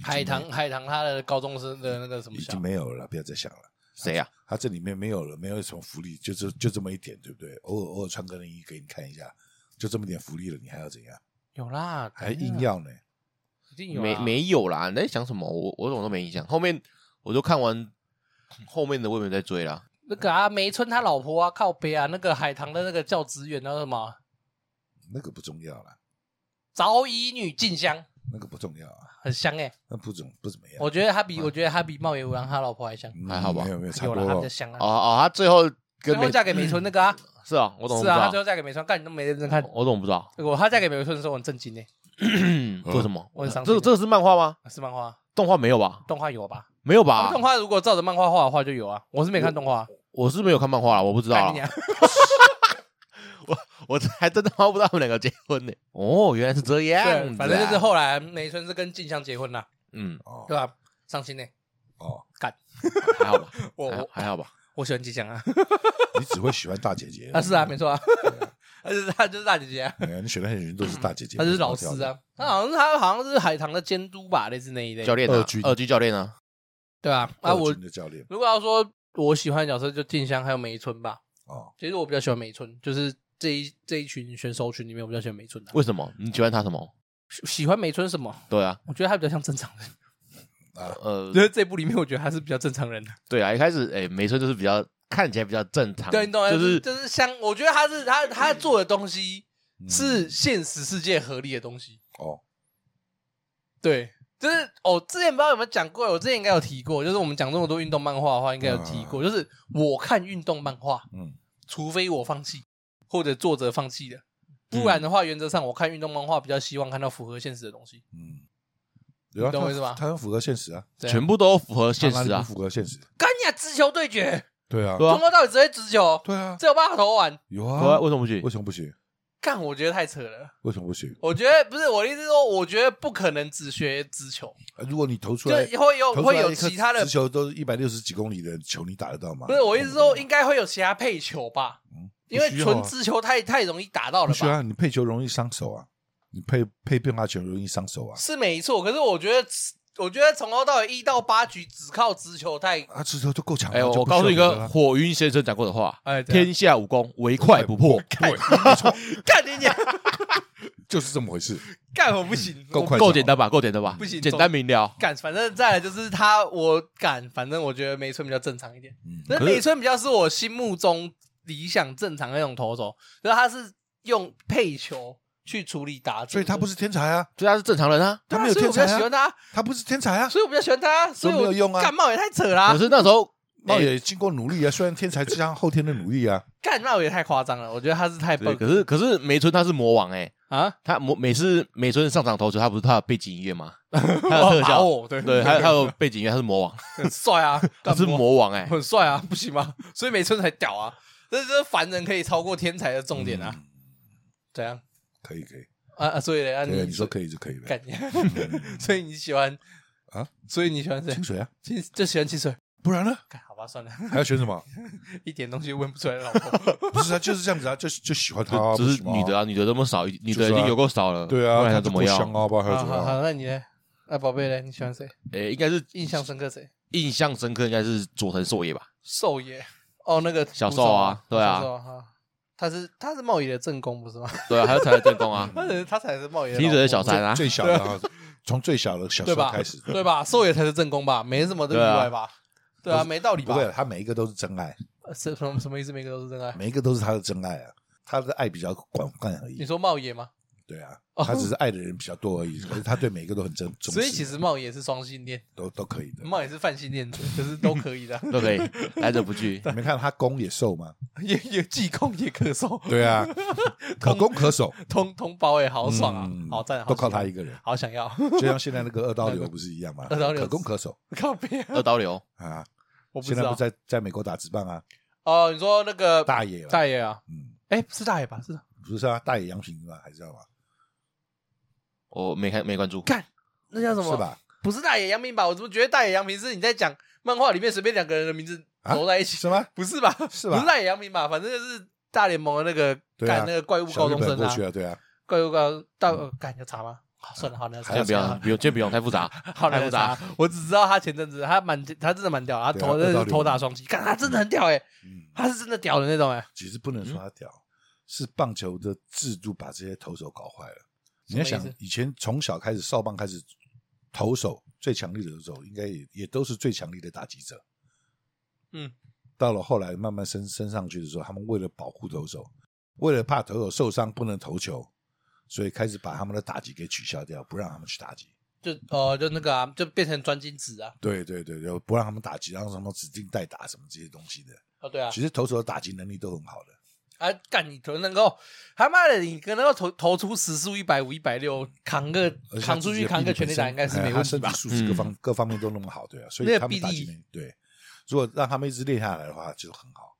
海棠海棠他的高中生的那个什么
已
小
经？没有了，不要再想了。
谁啊呀？
他这里面没有了，没有什么福利，就这就这么一点，对不对？偶尔偶尔穿个内衣给你看一下，就这么点福利了，你还要怎样？
有啦，啊
还硬要呢？
一定有
没
啊
没有啦，你在想什么？我我怎么都没印象。后面我就看
<laughs>
完后面的，我也没在追啦。
那个啊梅村他老婆啊靠背啊那个海棠的那个教职员那啊个什么
那个不重要了，
早乙女静香
那个不重要啊，
很香哎，
那不怎不怎么样。
我觉得他比我觉得他比茂野吾郎他老婆还香。
嗯
还好吧
没有没有，差
有
不
了，他比
多
较。香啊
哦。哦，他最后
最
跟
后
美
嫁给梅村那个啊，
是啊，我怎哦么不
是
知
啊，她最
道？
后嫁给梅村，干你都没认真看。
我怎么不知
<clears throat>
道？
我她嫁给梅村的时候，我很震惊呢，
做什么？
我很伤
这
心
个这个是漫画吗？
是漫画，
动画没有吧？
动画有吧？
没有吧
啊，？动画如果照着漫画画的话就有啊。我是没看动画，
我是没有看漫画啦，我不知道
干你
啦。
娘！
我还真的不知道他们两个结婚呢。哦，原来是这样
对，
子。
反正就是，后来梅村是跟静香结婚了，
嗯，
哦
对吧？伤心呢，欸啊
哦，
还好吧，
<laughs> 我
还好
我
还好吧。
我喜欢静香啊，
你只会喜欢大姐
<laughs>
姐
啊是啊，没错啊， <laughs> 她就是她就是大姐姐啊，
没有你选的人都是大姐姐，
她就是老师啊，她好像是她好像是海棠的监督吧，类似那一类
教，练
二
啊
军，
二居教练啊，
对啊。
二
啊，
军
我
的教练
如果要说我喜欢的角色，就静香还有梅村吧。
哦，
其实我比较喜欢梅村，就是这一这一群选手群里面，我比较喜欢梅村的、啊
为什么？你喜欢他什么？
喜喜欢梅村什么？
对啊，
我觉得他比较像正常人。
呃
我，觉得这部里面，我觉得他是比较正嗯常人的。
对啊，一开始哎，梅村就是比较看起来比较正常，
对，你懂吗？
就
就是是就是像，我觉得他是他他做的东西是现实世界合理的东西。
嗯哦，
对，就是哦，之前不知道有没有讲过，我之前应该有提过，就是我们讲这么多运动漫画的话，应该有提过，就是我看运动漫画，
嗯，
除非我放弃或者作者放弃的，
嗯
不然的话，原则上我看运动漫画比较希望看到符合现实的东西。
嗯，对啊
你懂我意思
他
吗
他很符合现实啊，
对啊
全部都符合现
他
实
哪里
啊
不。符合现实，
干你啊！直球对决，
对啊，
对啊
中国到底只会直球，
对啊，
只有办法投完。
有
对啊
啊，
为什么不行
为？什么不行？
干，我觉得太扯了。
为什么不行？
我觉得不是我的意思是说，我觉得不可能只学直球，
呃如果你投出
就
来，
会有
投出
会
来
有
一颗
其他的
直，球都一百六十几公里的球，你打得到吗？
不是我意思是说，应该会有其他配球吧，
嗯
因为
不需要啊
纯直球太太容易打到
不
了
需
吧？
要，你啊配球容易伤手啊，你配配变化球容易伤手啊。
是没错，可是我觉得，我觉得从头到尾一到八局只靠直球太，
啊，直球就够强了。
哎，
就
我
不
告诉你
需
一
要别的
个
了，啊
火云先生讲过的话：
哎，这样
天下武功，唯快不破。 <laughs>
干你娘，
就是这么回事，
干我不行，
<laughs> 够
我
快，
够简，单吧？够简单吧？
不行
简单明了。
干，反正再来就是他，我敢，反正我觉得梅村比较正常一点。
嗯
那
可是
梅村比较是我心目中理想正常那种投手，然后他是用配球去处理打者，
所以他不
是
是天才啊，
所以他是正常人啊。
他没有
所以我
天
比较
才
喜欢，
啊
他，
他不是天才啊，
所以我比较喜欢他，所以我
没有用啊
干冒也太扯啦
可，是那时候
那也经过努力啊，虽然天才加上后天的努力啊，
干冒也太夸张了，我觉得他是太
对，
笨
可是可是梅村他是魔王哎、
啊，
他魔每次每次上场投球，他不是他有背景音乐吗？他有特效，
哦，对
对，还有还有背景音乐，他是魔王，
很帅啊，
他是魔王哎、
很帅啊，不行吗？所以梅村才屌啊，这这是凡人可以超过天才的重点啊，
嗯
怎样
可以可以，
啊啊？所以嘞，啊
对，
你
你说可以就可以了。
干你，嗯所以你喜欢
啊？
所以你喜欢谁
清？水啊，
清就喜欢清水，
不然呢？
干好吧，算了， <laughs>
还要选什么？
一点东西问不出来，老婆。
不是啊，就是这样子啊，就是就喜欢他啊，
就只是
为什么啊
女的啊，女的这么少，女
就是啊
的已经有够少了，
对
不
啊，
然
他
要
就
怎
不
么
香
样？
啊吧，还有
好
什么
好
啊？
好，那你呢？那宝贝嘞，你喜欢谁？
诶，应该是
印象深刻谁？
印象深刻，应该是佐藤硕也吧？
寿爷。哦，那个
小
捕
寿
手
啊对啊
哦小寿哈他是他是贸易的正宫不是吗？
对啊，还有才来正宫
<laughs>，
啊
他才是他才是贸易的
平者
老
的
婆
小三啊，
最小的啊，从最小的小时
对
候
吧
开始？，
对吧？寿爷才是正宫吧？没什么的意
对啊，
外吧？对啊，没道理
不
吧？
会，他每一个都是真爱，
呃什什么什么意思？每个都是真爱？
每一个都是他的真爱啊，他的爱比较广泛而
你
已。
说茂野吗？
对啊，
哦
他只是爱的人比较多而已，可是他对每一个都很真，重视
所以其实茂野是双性恋，
都都可以的。
茂野是泛性恋
<laughs>
者，就是都可以的 <laughs>
都可以来者不拒。
你们看他攻也受吗？
也也既控也可受，
对啊，可攻可守，
通通包哎，好爽啊
嗯，
好赞，好
都靠
喜欢
他一个人。
好想要 <laughs>
就像现在那个二刀流不是一样吗？
二刀流
可攻可守
靠边，
二刀流，
啊！
我不
现
知
在不
道
是在在美国打职棒啊，
哦。你说那个
大野啦
大爷啊，
嗯，
哎，不是大爷吧？是
不是啊，大野洋平嘛，还是要嘛，
我没看没关注。
干那叫什么？
是？吧？
不是大野洋平吧？我怎么觉得大野洋平是你在讲漫画里面随便两个人的名字
啊
揉在一起？
什么？
不是吧？
是吧
不是大野洋平吧？反正就是大联盟的那个
对啊
干那个怪物
小
高
日
中
本嗯
生
过
啊
去，了，对啊，
怪物高到呃干有查吗？好，算了，好难
今天不要，不用，今天不用，太复杂，
<laughs> 好
太
难
复
查
杂。。
我只知道他前阵子他蛮他真的蛮屌的，他
对啊
头
二
真
刀
的是
流
头打双击，干他真的很屌哎，
嗯，
他是真的屌的那种哎。
其实不能说他屌，是棒球的制度把这些投手搞坏了。你要
什
想
么意，
以前从小开始少棒开始，投手最强力的投手，应该也也都是最强力的打击者。
嗯，
到了后来慢慢升升上去的时候，他们为了保护投手，为了怕投手受伤不能投球，所以开始把他们的打击给取消掉，不让他们去打击。
就哦，就那个啊，就变成专精子啊，
对对对对，不让他们打击，让他们指定代打什么这些东西的。
哦对啊，
其实投手的打击能力都很好的。
啊干你可能能够，他妈的你可能要投投出时速一百五、一百六，扛个
而且他
扛出
自己
去
的
扛个
臂
全
力本
力
身
打应该是
哎
没
他
问题
身体
吧？
素质各
嗯
方各方面都那么好，对啊，所
那
以
个
他们
臂
打
力
进来对，如果让他们一直练下来的话，就很好。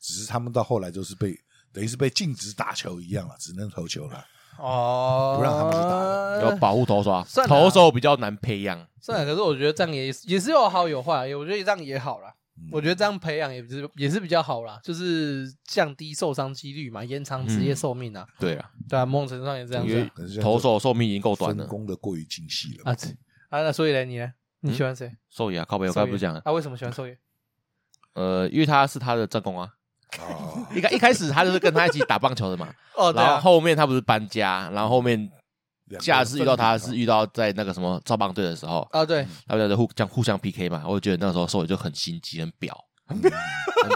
只是他们到后来就是被等于是被禁止打球一样了，只能投球了。
哦，
不让他们去打
要保护投手啊
呃算，了啊啊
投手比较难培养。
算了，可是我觉得这样也也是有好有坏，我觉得这样也好啦。
嗯
我觉得这样培养也是也是比较好啦，就是降低受伤几率嘛，延长职业寿命啊，
对啊，
对啊，某种程度上也这样
嗯因
子啊
为
可是现在
投手寿命已经够短
分
了。
工的过于精细了，
啊。这啊，那所以呢，你呢？你喜欢谁？
寿爷啊，靠北，我刚才不是讲了，
啊？为什么喜欢寿爷？
呃，因为他是他的正宫啊。
<laughs>
哦，
一开一开始他就是跟他一起打棒球的嘛，
哦，对
然后
啊，
后面他不是搬家，然后后面
两个
下次遇到他
分离
是遇到在那个什么造棒队的时候，
啊对，
他们在互相互相 PK 嘛，我就觉得那时候寿爷就很心急，很婊，
嗯
很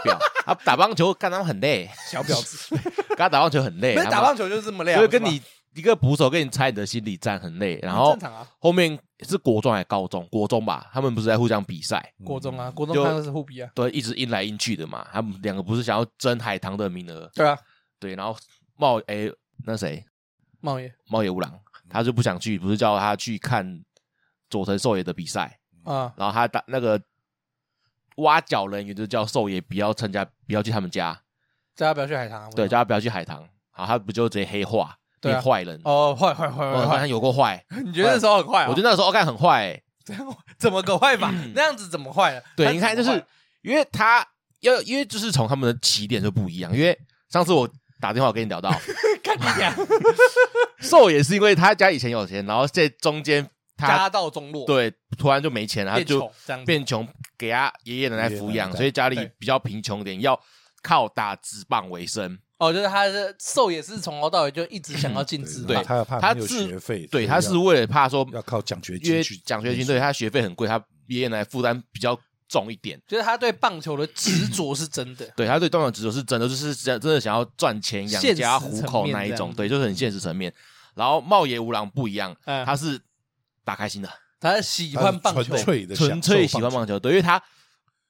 婊。 <laughs> 他打棒球干他们很累，
小婊子，
<laughs> 跟他打棒球很累，
那
哎他
打
们
棒球就是这么累啊，
就是跟
是吧
你一个捕手跟你猜你的心理战很累，然
很
后
正常啊，
后面是国中还是高中？国中吧，他们不是在互相比赛，
嗯
国中啊，国中
就
看的是互比啊，
都一直阴来阴去的嘛。他们两个不是想要争海棠的名额，
对啊，
对，然后茂诶、那谁
茂爷
茂野吾郎，他就不想去，不是叫他去看佐藤寿也的比赛，
啊，
然后他打那个挖角人员就叫寿也不要参加，不要去他们家，
大家不要去海棠啊，
对，
不
叫
要
他不要去海棠，好，他不就直接黑化
对啊
变坏人？
哦，坏坏坏
我
坏
发现
坏，
有够坏，
你觉得那时候很坏啊？
我觉得那时候干很坏、欸。
这样怎么个坏法？那样子怎么坏了？
对，
他
你看，就
怎么
是
坏 <laughs>
因为他要，因为就是从他们的起点就不一样。因为上次我打电话跟你聊到， <laughs>
看你俩
寿也是因为他家以前有钱，然后在中间他
家道中落，，
对突然就没钱了，他
变
就
穷这样子，
变穷，给他爷爷奶奶抚
爷爷奶
养，
奶
所以家里
对
比较贫穷点，要靠打纸棒为生。
哦，就是他的寿也是从头到尾就一直想要进职
对
棒
对
他要怕
他
没有
是
学费，所
对，
以
他是
要
为了怕说，
要靠奖学
因为
金去
奖学金
念
对他学费很贵，他爷爷奶奶负担比较重一点。。
就是他对棒球的执着是真的
<coughs> 对他对动手执着是真的，就是真真的想要赚钱养
现实
家糊口
层面
那一
这
种，
样
对，就是很现实层面。然后茂野吾郎不一样，
嗯，
他是打开心的，
他是喜
他
欢
是
棒球
纯，粹
<laughs>
的
纯粹喜欢
球，
棒球，对，因为他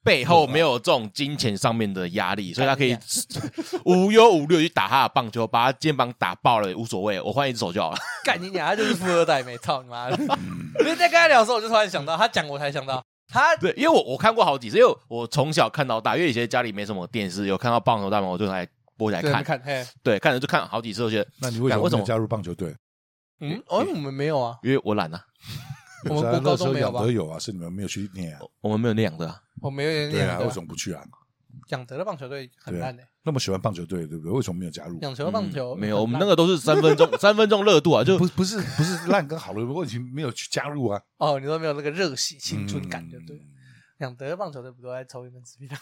背后没有这种金钱上面的压力，所以他可以
哎
<laughs> 无忧无虑地去打他的棒球，把他肩膀打爆了也无所谓，我换一只手就好了。 <laughs>
干你娘，他就是富二代没操你妈的！
嗯
因为在跟他聊的时候，我就突然想到，他讲我才想到，他
对，因为我我看过好几次，因为我从小看到大，因为以前家里没什么电视，有看到棒球大嘛，我就来播起来
对
看，
看，嘿，
对，看了就看好几次，我觉得
那你为什
干为
么
什
没
么
有加入棒球队？
嗯，哦，我们没有啊，
因为我懒啊，
我们
有时
国
候
高
那时
中
候
没有
养
吧哦
德有啊，是你们没有去念啊。
我们没有那样的啊、
我没有点
对啊，
养
为
德
什么不去啊？
养德的棒球队很
对啊
烂诶，
那么喜欢棒球队，对不对？为什么没有加入？
养球棒球
嗯没有，我们
很
那
烂
个都是三分
<laughs>
钟三分钟热度啊，就
不不是不是烂跟好的问题，没有去加入啊，
哦，你都没有那个热血青春感，对不对
嗯？？
养德的棒球队不都在抽烟跟吃槟榔？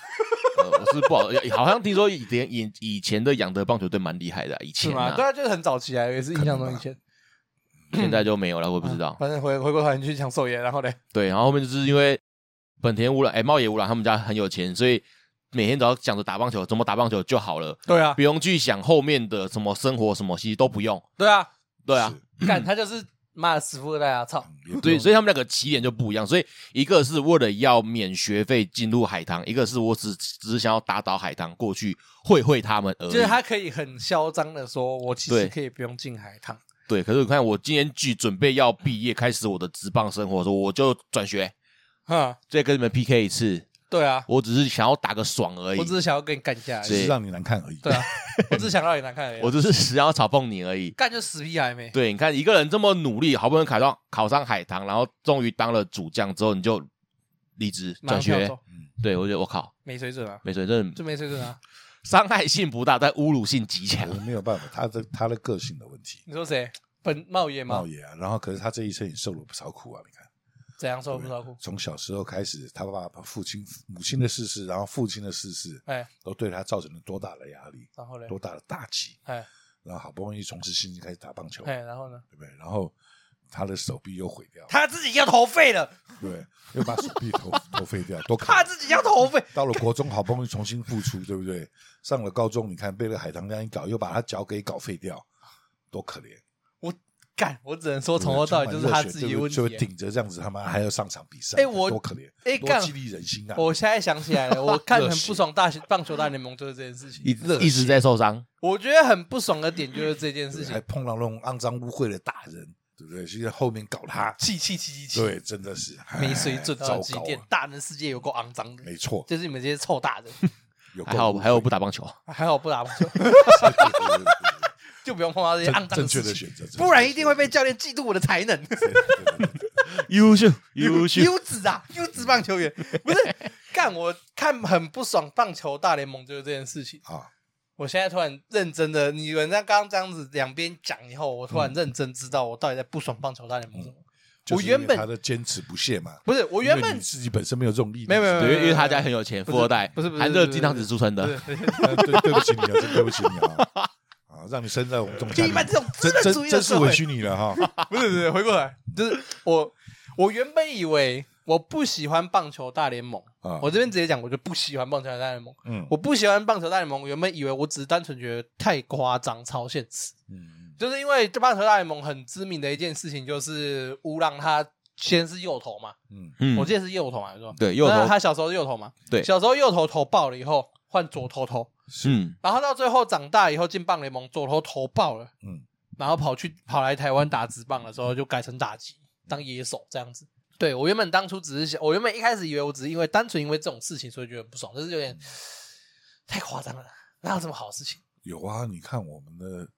呃我是不好，好像听说以前以以前的养德棒球队蛮厉害的啊，以
是
前
吗？
啊
对，啊，就是很早期啊，也是印象中以前。
现在就没有了，我也不知道。
啊反正回回过头来你去抢寿爷，然后嘞，
对，然后后面就是因为本田无染，哎，茂野无染他们家很有钱，所以每天只要想着打棒球，怎么打棒球就好了，
对啊
不，用去想后面的什么生活什么，其实都不用。
对啊，
对啊，
<clears throat> 干他就是妈的死富二代啊！操，
也不
对，
用
所以他们两个起点就不一样，所以一个是为了要免学费进入海棠，一个是我只只是想要打倒海棠过去会会他们而已。
就是他可以很嚣张的说，我其实
对
可以不用进海棠。
对，可是你看我今年剧准备要毕业，开始我的职棒生活的时候，我就转学，
哈，
再跟你们 PK 一次，
对啊，
我只是想要打个爽而已
我，只是想要跟你干架而
对
已。
只是让你难看而已。
<laughs> 对啊，我只是想让你难看而已啊。
我只是想要嘲讽你而已。
干就死皮还没。
对，你看一个人这么努力，好不容易考上考上海棠，然后终于当了主将之后，你就离职
马
转
上跳
学
走。
对，我觉得我靠，
没水准啊，
没水准，
就没水准啊！
伤害性不大，但侮辱性极强
我。没有办法，他的他的个性的问题，
你说谁？本茂业吗
茂？野啊，然后可是他这一生也受了不少苦啊，你看。
怎样说不着哭？
从小时候开始，他爸爸、父亲、母亲的逝世，然后父亲的逝世，
哎，
都对他造成了多大的压力，
然后嘞，
多大的打击。
哎
然后好不容易重拾信心开始打棒球，
哎，
对
然后呢？
不对？然后他的手臂又毁掉，
他自己要投废了，
对不对，又把手臂
<laughs>
头头废掉，多可
他
怜！
自己要投废。
到了国中，好不容易重新复出，对不对？上了高中，你看被那个海棠这样一搞，又把他脚给搞废掉，多可怜！
干，我只能说从头到尾就是他自己的问
就会
题。
顶着这样子，他妈还要上场比赛，
哎我
多可怜，
哎
多
干
激励人心啊！
<laughs> 我现在想起来了，我看很
热血
不爽大学棒球大联盟就是这件事情。
一一直在受伤，
我觉得很不爽的点就是这件
对
事情
<laughs> 还，碰到那种肮脏污秽的大人，对不对？就在后面搞他，
气气气气气，
对，真的是
没水准
哎
到
糟
极
糕
点
啊！，
大人世界有够肮脏的，
没错，
就是你们这些臭大人。 <laughs>
有够
还好
污秽
还好我不打棒球。
还好不打棒球， <laughs>
<laughs>
就不用碰到这些
正
肮脏
正
的
确的
事情
选择，
不然一定会被教练嫉妒我的才
<laughs>
能。
对。对对对对对
优秀
优质啊，优质棒
<laughs>
球员不是干我看很不爽棒球大联盟就是这件事情。 <laughs>
啊，
我现在突然认真的，你们在刚刚这样子两边讲以后，我突
嗯
然认真知道我到底在不爽棒球大联盟什么。
就
我
是因为
原本
他的坚持不懈嘛，
不是我原
因为
本
你自己本身没有这种毅力，
没有没有
对，因为他家很有钱，
不是
富二代，
不是不是
含热鸡汤子出生
不
的。
是
啊对对不起你啊，真对不起你啊，啊，让你生在我们中间
就一，般这种资
真
本主
真
义的
真是
社会
委，屈你了哈，
不是不是回过来，就是我我原本以为我不喜欢棒球大联盟，
啊，
我这边直接讲，我就不喜欢棒球大联盟。
嗯
我不喜欢棒球大联盟，我原本以为我只是单纯觉得太夸张、超现实，
嗯
就是因为棒球大联盟很知名的一件事情，就是乌浪他先是右投嘛，
嗯
嗯
我，记得是右投嘛，是吧？
对，右
那
头，
他小时候是右投嘛，
对
小时候右投投爆了以后换左投投，
嗯，
然后到最后长大以后进棒联盟，左投投爆了，
嗯，
然后跑去跑来台湾打直棒的时候，就改成打击当野手这样子。嗯对我原本当初只是想，我原本一开始以为我只是因为单纯因为这种事情，所以觉得不爽，就是有点太夸张了，哪有这么好的事情？
有啊，你看我们的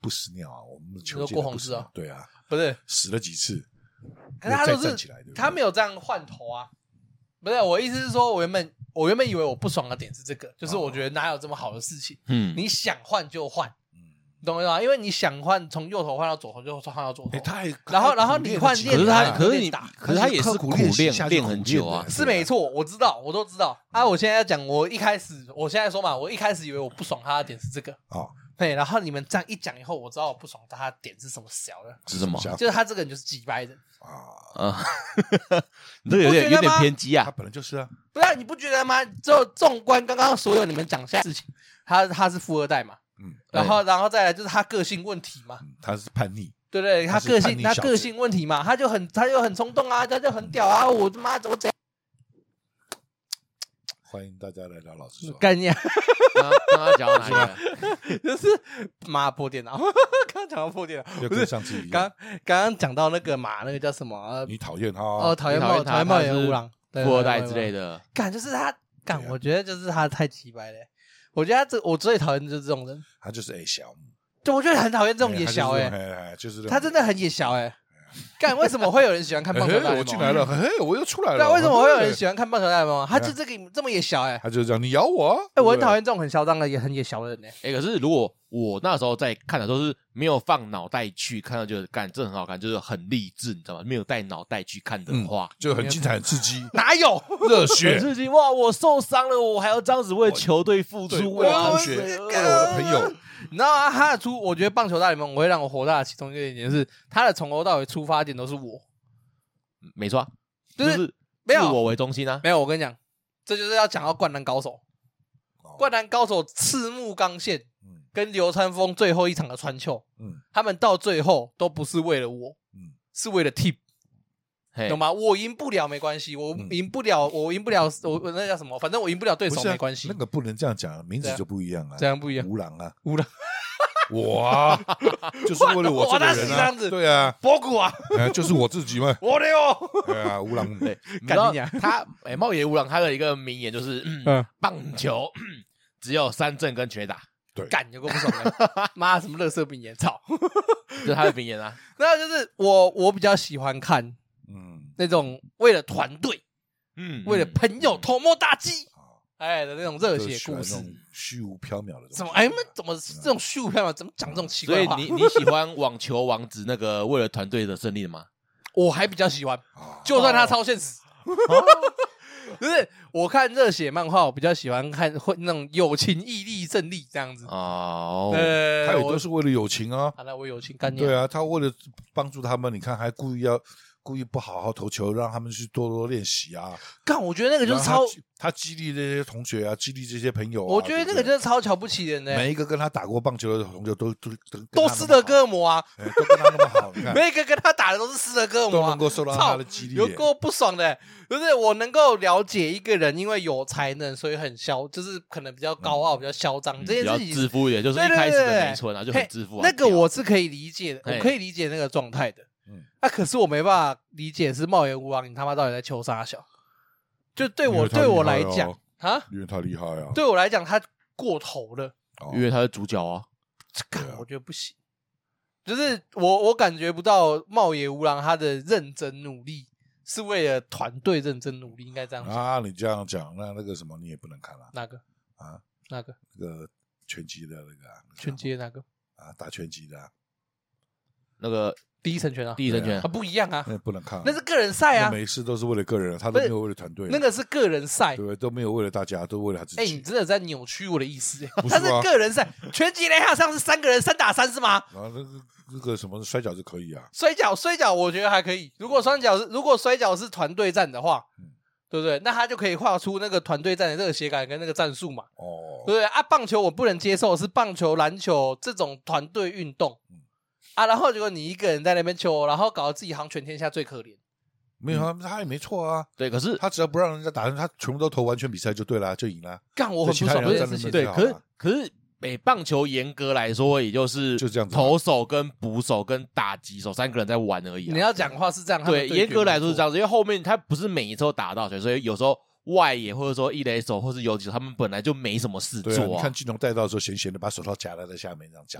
不死鸟啊，我们的球
说
界
郭
的
宏
不死
志啊
鸟对啊，
不是，
死了几次，
可是他
再
都
站起
是
来对不对
他没有这样换头啊。不是，我意思是说，我原本我原本以为我不爽的点是这个，就是我觉得哪有这么好的事情，
嗯，
你想换就换，
嗯，
你懂我意思吗？因为你想换，从右头换到左头，就换到左头。
哎，他还
哦然后然后你换
可
练
是他，
啊
可是你，
练打
可是他也是苦练练很久啊。
是没错，我知道，我都知道。啊，我现在要讲，我一开始，我现在说嘛，我一开始以为我不爽他的点是这个，
啊，哦
对。然后你们这样一讲以后，我知道我不爽他的点是什么小了，
是什么
想
就是他这个人就是鸡掰人。
啊，
啊？你这个有点
你
有
不觉得
点
吗
偏激
他
啊。
本来就是啊，
不然你不觉得吗？就纵观刚刚所有你们讲下的事情，他他是富二代嘛，
嗯，
然后然后再来就是他个性问题嘛，
嗯他是叛逆，
对不对？
他
他
是
个
叛
性
逆
他
小
个
子
性问题嘛，他就很他就很冲动啊，他就很屌啊，我他妈我怎
欢迎大家来聊老实
样
说，
概念？
刚刚刚讲到哪里 <laughs> 了？
<laughs> 就是妈破电脑， <laughs> 刚刚讲到破电脑，
就
不
跟
是
上次一
刚
样，
刚刚讲到那个嘛，那个叫什么？呃
你讨厌他
哦，
哦，
讨厌
你讨
冒
厌他
讨厌冒
他
险
是
乌狼，对啊
富二代之类。的，
感就是他感，
对啊
我觉得就是他太奇白了。我觉得他这我最讨厌的就是这种人，
他就是哎小，
就我觉得很讨厌这种野
哎
小
他就是
哎
那，种哎，哎就是那种哎
他真的很野小哎、干为什么会有人喜欢看棒球大联
嘿，
盟？啊
<laughs> 我进来了，嘿，我又出来
对
了。
啊，为什么会有人
嘿？
喜欢看棒球大联盟啊？他就这个这么野小哎、欸，
他就这样，你咬我啊！
哎，我很
对不对
讨厌这种很嚣张的也很野小的人哎、，
哎、可是如果我那时候在看的时候是没有放脑袋去看，到就是干，这很好看，就是很励志，你知道吗？没有带脑袋去看的话，
就很精彩、很刺激
<laughs> 哪有？
热
很
<laughs>
血。
刺激哇！我受伤了，我还要这样子为球队付
对，
出，
为了
哇
同
同
学，
学
为了我的朋友，
你知道吗？啊他的出，我觉得棒球大联盟我会让我火大的其中一个点就是，他的从头到尾出发点都是我，
没错啊、
就是
是
没有
自我为中心啊。
<laughs> 没有。我跟你讲，这就是要讲到灌篮高手，灌篮高手赤木刚宪
哦嗯
跟流川枫最后一场的传球，
嗯
他们到最后都不是为了我，
嗯
是为了 team。
嘿
懂吗？我赢不了没关系，我
嗯
赢不了，我赢不了，我我那叫什么？反正我赢不了对
不
手
是啊
没关系
那，个不能这样讲，名字
对啊
就不一样啊。
这样不一样。
吴郎啊，
吴郎，
我啊，就是为了我这
哇
个人
那是这样
啊，
子
对啊，
博古啊，
呃就是我自己嘛，
我的哟，
对啊，吴郎，
对，你知
干
道
你娘
他哎，茂野吾郎他的一个名言就是，嗯
嗯，
棒球 <coughs> 只有三振跟全垒打，
<laughs> 干有个不爽的，妈什么乐色病也操。 <laughs>
这是他的名言啊。
那就是我我比较喜欢看
嗯，
那种为了团队、
嗯，
为了朋友偷摸大鸡
好，
哎的那种 <laughs> 热
就
血
是喜欢
故
那
事。
种虚无缥缈的东西
怎么哎，那怎么这种虚无缥缈？怎么讲这种奇
所
怪
以
的话？
你你喜欢网球王子那个为了团队的胜利
<laughs>
的吗？
<laughs> 我还比较喜欢，
啊
就算他超现实。
哦
<laughs> 不是，我看热血漫画，我比较喜欢看会那种友情、毅力、胜利这样子。
哦，
呃，
他也
我
都是为了友情啊，
啊，那我友情干你
对
啊，
啊，他为了帮助他们，你看还故意要故意不好好投球，让他们去多多练习啊。
干，我觉得那个就是
然后
超
他，激他激励这些同学啊，激励这些朋友啊。
我觉得那个
对不
就
对
是超瞧不起人的欸，
每一个跟他打过棒球的同学都都都跟
都
他那么
斯德哥
好，
尔摩啊，
哎都跟他那么
<laughs>
好，你看
每一个跟他打的都是斯德哥尔摩
都
啊
能，够受到
操
他的激励
有
耶。
够不爽的欸，就是我能够了解一个人，因为有才能，所以很嚣，就是可能比较高傲、比较嚣张
嗯比
这件
较
事情。
自负一点，就是
对
一
对
开始
对
的
对
没错，然后就
嘿
很自负啊。
那个
屌
我是可以理解的，
嘿
我可以理解那个状态的。
嗯
那可是我没办法理解是茂原无王，你他妈到底在求啥小？就对
因
我
为他
对我
厉害
来
哦
讲啊，
因为他厉害啊，
对我来讲他过头了，
哦
因为他是主角啊，
这个我觉得不行。就是我我感觉不到茂野无郎他的认真努力是为了团队认真努力，应该这样讲。
啊，你这样讲，那那个什么你也不能看了
哪个？
啊，
哪个？
那个拳击的那个啊
拳击的哪个？
啊，打拳击的啊
那个
第一成全啊？
第一神拳
啊，不一样啊
那，也不能看啊，
那是个人赛
那
啊，
每一次都是为了个人，他都
不
没
是
有为了团队，啊
那个是个人赛
对。不对？都没有为了大家，都为了他自
哎，你
己。
真的在扭曲我的意
<laughs>
思。欸
不是
他
啊
是个人赛，拳击雷哈上是三个人三打三是吗？
然后那个那个什么摔跤就可以啊，
摔跤摔跤我觉得还可以，如果摔跤是如果摔跤是团队战的话
嗯，
对不对？那他就可以画出那个团队战的热血感跟那个战术嘛。
哦，
对啊，棒球我不能接受，是棒球、篮球这种团队运动
嗯
啊。然后结果你一个人在那边球，然后搞得自己行全天下最可怜。
没有啊，他也没错啊，
对，可是
他只要不让人家打，他全部都投完全比赛就对了，啊就赢了，
干我很不爽
对
这
其他
件
人
事情。
对，
好啊
可是可是北棒球严格来说，也就是
就这样子啊
投手跟捕手跟打击手三个人在玩而已啊。
你要讲话是这样，他们
对
对决
严格来说是这
样。
样子，因为后面他不是每一次都打到球，所以有时候外野或者说一垒手或是游击手，他们本来就没什么事
对啊，
做
你
啊
看。金龙带到的时候，闲闲的把手套夹在在下面这样夹，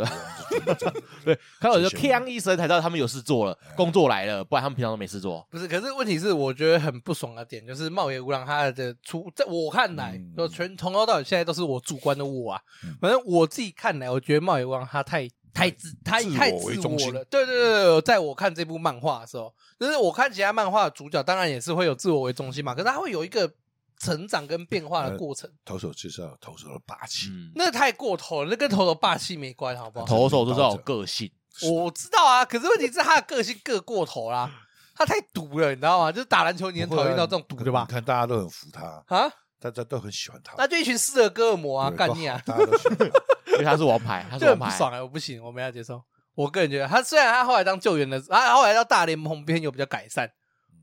这样就这样子
对，看到有时
谢
候
谢
锵一声才知道他们有事做
哎
了，工作来了，不然他们平常都没事做。
不是，可是问题是，我觉得很不爽的点就是茂野无郎他的出，在我看来
嗯，
就全从头到尾现在都是我主观的我啊
嗯。
反正我自己看来，我觉得茂野无郎他太太自太
自我
太
为
自
中心
我了。对对对对，在我看这部漫画的时候，就是我看其他漫画的主角，当然也是会有自我为中心嘛，可是他会有一个成长跟变化的
呃
过程，
投手就是要有投手的霸气，
嗯，
那太过头了，那跟头头霸气没关，好不好？
投手就是要有个性，
我知道啊，可是问题是他的个性各过头啦，他太毒了，你知道吗？就是打篮球你很
不会
讨
啊
厌到这种毒的吧
你？看大家都很服他，
啊，
大家都很喜欢他，
那就一群斯德哥尔摩啊，
对
干你啊，
都好大家都喜欢他
因为他是王牌， <laughs> 他是
就很
王
不
牌。
爽哎、我不行，我没法接受。我个人觉得，他虽然他后来当救援的，他后来到大联盟边有比较改善，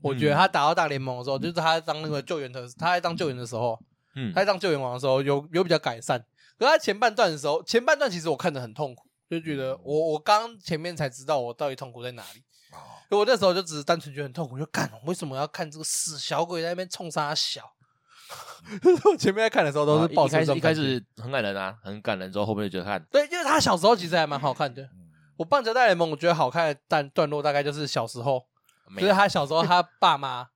我觉得
嗯
他打到大联盟的时候，就是他当那个救援的，他在当救援的时候，
嗯
他，在当救援王的时候有有比较改善。可是他前半段的时候，前半段其实我看得很痛苦，就觉
嗯
得我我刚前面才知道我到底痛苦在哪里。 <laughs>
哦
我那时候就只是单纯觉得很痛苦，就干为什么要看这个死小鬼在那边冲杀小？ <laughs> 我前面在看的时候都是
啊
抱
一开始
着这种
一开
感觉，
始很感人啊，很感人，之后后面就觉得看
对，就是他小时候其实还蛮好看的。
嗯
我棒球大联盟我觉得好看的段段落大概就是小时候，
没
就是他小时候他爸妈，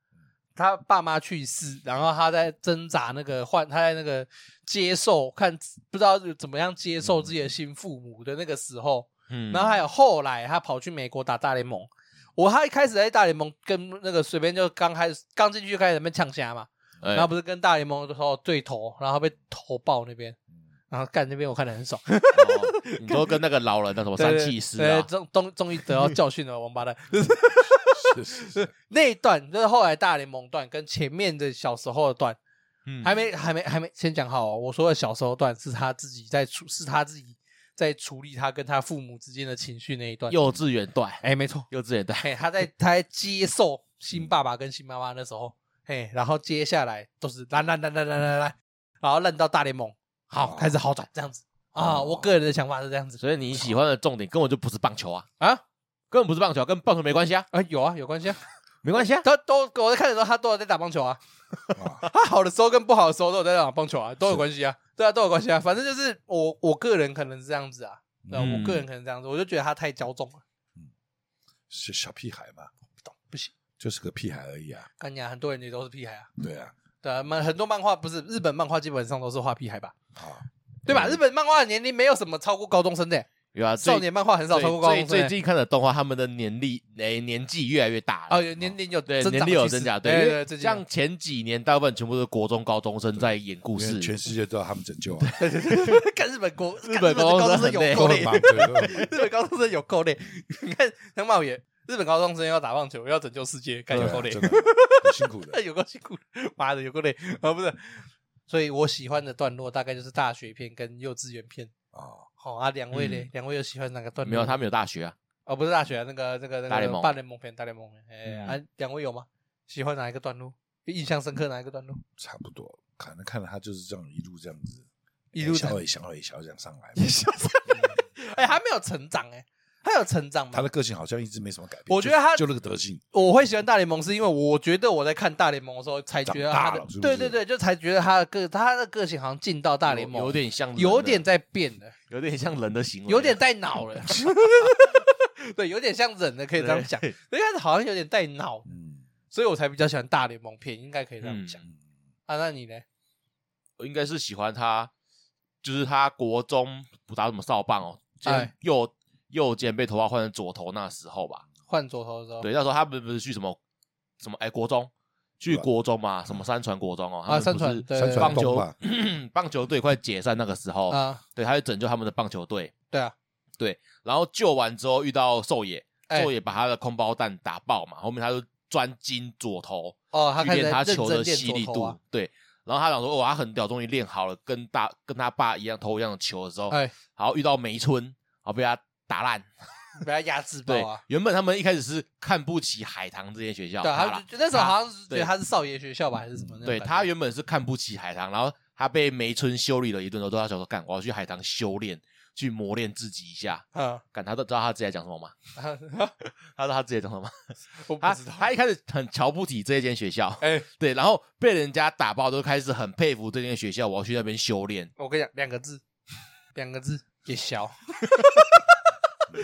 他爸妈去世，然后他在挣扎那个换，他在那个接受看不知道怎么样接受自己的新父母的那个时候，
嗯
然后还有后来他跑去美国打大联盟，我他一开始在大联盟跟那个随便就刚开始刚进去开始在那边呛虾嘛，
哎
然后不是跟大联盟的时候对头，然后被投爆那边，
嗯
然后干那边我看得很爽，
哦你
<laughs>
说跟那个老人的什么三
对
气师
对
啊，
终终终于得到教训了，王八蛋。
是是是，
那一段就是后来大联盟段跟前面的小时候的段，
嗯
还没还没还没先讲好哦、我说的小时候段是他自己在处，是他自己在处理他跟他父母之间的情绪那一段。
幼稚园段，
哎、没错，
幼稚
<laughs>
园段，
嘿，他
嗯
在他在接受新爸爸跟新妈妈那时候，嘿，然后接下来都是烂烂烂烂烂烂烂，然后烂到大联盟，好
哦
开始好转这样子啊、
哦
我个人的想法是这样子
所以你喜欢的重点根本就不是棒球啊，
啊
根本不是棒球啊，跟棒球没关系啊，
啊，有啊，有关系啊，
没关系啊。
都都我在看的时候，他都有在打棒球啊。 <laughs> 他好的时候跟不好的时候都有在打棒球啊，都有关系啊，对啊，都有关系啊。反正就是我我个人可能是这样子啊，对啊、
嗯
我个人可能这样子，我就觉得他太骄纵了，
是小屁孩嘛，
不懂不行。
就是个屁孩而已啊。
干你啊，很多人也都是屁孩啊，
对啊，
对啊，漫很多漫画不是日本漫画基本上都是画屁孩吧，
啊，
对吧？
嗯
日本漫画的年龄没有什么超过高中生的、
有啊，最
少年漫画很少超过高
最
中
最
生、
最近看的动画，他们的年龄诶、年纪越来越大了
哦，有年龄有
对，
增
年
长
龄有
趋势
增加，
对
对，因
对
为
最近有 <laughs>
像前几年大部分全部都是国中高中生在演故
因
事
为，全世界都要他们拯救啊，
干日本国日
本高
高中
中生
生有 <laughs>
很
够
都
累
很，忙， <laughs> 对，都很忙
<laughs> 日本高中生有够累。 <laughs> 你看藤茂也，日本高中生要打棒球，要拯救世界，干有够累
对啊，真的很辛苦
<laughs>
的。
有够辛苦， <laughs> 妈的有够累啊！不是，所以我喜欢的段落大概就是大学片跟幼稚园片。
啊，
好、啊，两位嘞
嗯，
两、位有喜欢哪个段落？
没有他们有大学啊，
哦，不是大学、啊，那个那个那个
大联盟
大联盟片，大联盟片。哎、
嗯
啊，两位有吗？喜欢哪一个段落？印象深刻哪一个段落？
差不多，可能看到他就是这样一路这样子，哎
一
哎
路
小
成，
伟小伟小伟这样上来
<laughs>
嘛，
一下子，哎、他没有成长、哎，他有成长
他
吗？
的个性好像一直没什么改变。
我觉得他
就就那个德性，
我会喜欢大联盟，是因为我觉得我在看大联盟的时候才觉得他
长大
的，
了是不
对
是
对对，就才觉得他的个他的个性好像进到大联盟，
有有点像人的，
有点在变了。
有点像人的行为，啊
有点带脑了， <laughs> 对，有点像人的，可以这样
<laughs>
讲。
对
应该好像有点带脑，
嗯，
所以我才比较喜欢大联盟片，应该可以这样讲、
嗯
啊。那你呢？
我应该是喜欢他，就是他国中不打什么少棒哦，就
哎
右右肩被头发换成左头那时候吧，
换左头的时候，
对，那时候他们不是去什么什么哎国中。去
对
国中嘛，什么三传国中哦，他
啊，三
们不是
传对
三
对对
传
棒
东
球
嘛，
棒球队快解散那个时候，
啊，
对，他就拯救他们的棒球队，
对啊，
然后救完之后遇到寿野，
哎
寿野把他的空包弹打爆嘛，后面他就专精左投，
哦，他
去
开始
练他
认
球的
真
犀
练
利
左
度，
头啊，
对。然后他想说，哇，他很屌，终于练好了，跟大跟他爸一样投一样的球的时候，
哎，
然后遇到梅村，然后被他打烂。
被他压制爆
对
啊。，
原本他们一开始是看不起海棠这些学校，
对啊，
他
他
啦
就那时候
他
好像是觉得
对
他是少爷学校吧，还是什么那种感觉？
对他原本是看不起海棠，然后他被梅村修理了一顿之后，他想说，干，我要去海棠修炼，去磨练自己一下。
嗯， <laughs>
干，他都知道他自己在讲什么吗？他知道他自己在讲什么吗？
我不
他
知道。
他一开始很瞧不起这一间学校，
哎，
对，然后被人家打爆，都开始很佩服这间学校，我要去那边修炼。
我跟你讲，两个字，两个字，也小，